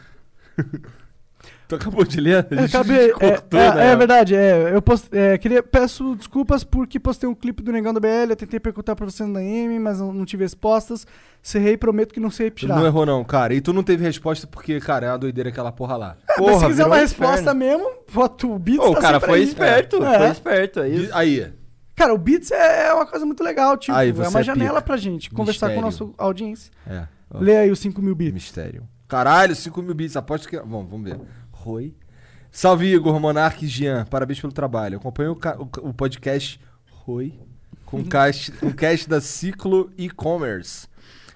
S1: Tu acabou de ler? A
S2: É,
S1: gente <laughs>
S2: acabei-
S1: cortou,
S2: é, é,
S1: né?
S2: é verdade, é, eu post, é, queria, peço desculpas porque postei um clipe do Negão da BL, eu tentei perguntar pra você na M, mas não, não tive respostas. Serrei, prometo que não sei
S1: Tu
S2: repetir.
S1: não é errou não, cara. E tu não teve resposta porque, cara, é uma doideira aquela porra lá.
S2: Mas se quiser
S3: virou
S2: uma
S3: um
S2: resposta
S3: inferno.
S2: mesmo, bota o Beats tá
S3: Ô, o cara
S2: sempre
S3: foi
S2: aí.
S3: esperto.
S2: É.
S3: Foi esperto, é
S1: E-
S3: isso.
S1: Aí,
S2: Cara, o Beats é, é uma coisa muito legal, tipo,
S1: Aí,
S2: é
S1: você
S2: uma
S1: é
S2: janela
S1: pica.
S2: pra gente conversar com a
S1: Mistério.
S2: nossa audiência.
S1: é. ó,
S2: Lê aí os 5 mil
S1: <laughs>
S2: bits.
S1: Mistério. Caralho, 5 mil bits. Aposto que... Bom, vamos ver. Roi. Salve, Igor, Monark e Jean. Parabéns pelo trabalho. Acompanho o, ca- o- o podcast Roi
S2: <laughs>
S1: com cast, com cast da Ciclo E-Commerce.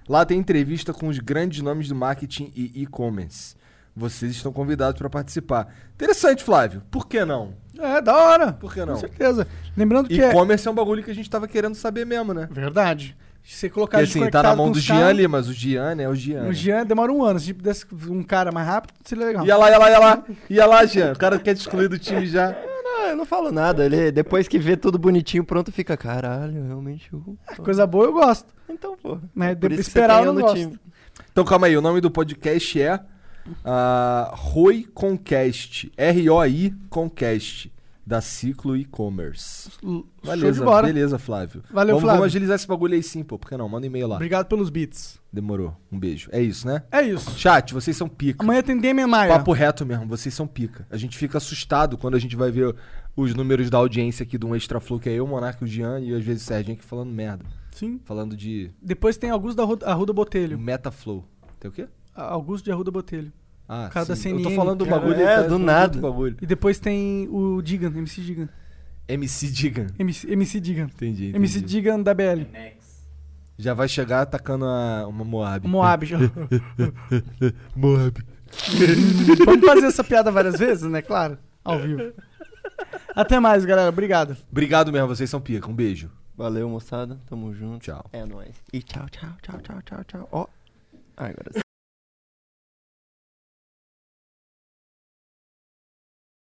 S1: Lá tem entrevista com os grandes nomes do marketing e e-commerce. Vocês estão convidados para participar. Interessante, Flávio. Por que não?
S2: É, da hora.
S1: Por que
S2: Com
S1: não?
S2: certeza. Lembrando que é...
S1: E-commerce é um bagulho que a gente tava querendo saber mesmo, né?
S2: Verdade. Se você colocar
S1: Porque
S2: a gente
S1: assim, tá na
S2: conectado
S1: mão
S2: com
S1: do
S2: os
S1: Gian
S2: caras-
S1: ali, mas o Gian é o Gian.
S2: O
S1: né?
S2: Jean demora um ano. Se desse um cara mais rápido, seria legal.
S1: Ia lá, ia lá, ia lá. Ia lá, Gian. O cara quer te excluir do time já.
S3: Ah, Não, eu não falo nada. Ele, depois que vê tudo bonitinho, pronto, fica. Caralho, realmente. uh,
S2: Coisa boa eu gosto.
S3: Então, pô.
S2: Né?
S3: Por
S2: De-
S3: isso que você
S2: esperar
S3: tem
S2: eu não
S3: no
S2: gosto.
S3: time.
S1: Então calma aí, o nome do podcast é ah, Roi Conquest. R-O-I Conquest. Da Ciclo E-Commerce.
S2: L- Show de
S1: Beleza,
S2: bola.
S1: beleza, Flávio.
S2: Valeu,
S1: vamos,
S2: Flávio.
S1: Vamos agilizar esse bagulho aí sim, pô. Por que não? Manda um e-mail lá.
S2: Obrigado pelos beats.
S1: Demorou. Um beijo. É isso, né?
S2: É isso.
S1: Chat, vocês são pica.
S2: Amanhã é tem Demian Maia.
S1: Papo reto mesmo, vocês são pica. A gente fica assustado quando a gente vai ver os números da audiência aqui de um Extra Flow, que é eu, o Monarca, o Jean e às vezes o Serginho aqui falando merda.
S2: Sim.
S1: Falando de
S2: Depois tem Augusto da Arruda, Arruda Botelho.
S1: Metaflow. Tem o quê?
S2: A- Augusto de Arruda Botelho.
S1: Ah,
S2: Cada
S1: sim. Eu tô
S2: CNN,
S1: falando do
S2: cara.
S1: bagulho.
S3: É,
S1: tá
S3: do
S1: falando
S3: nada.
S1: do bagulho.
S2: E depois tem o Digan, MC Digan.
S1: MC Digan.
S2: MC, MC Digan.
S1: Entendi, entendi.
S2: MC Digan da BL.
S4: Next.
S1: Já vai chegar atacando a- uma Moab.
S2: Moab.
S1: Moab.
S2: Vamos fazer essa piada várias vezes, né? Claro. Ao vivo. Até mais, galera. Obrigado.
S1: Obrigado mesmo, vocês são pica. Um beijo.
S3: Valeu, moçada. Tamo junto.
S1: Tchau.
S3: É nóis. E tchau, tchau, tchau, tchau, tchau, tchau. Ó. Ah, agora sim.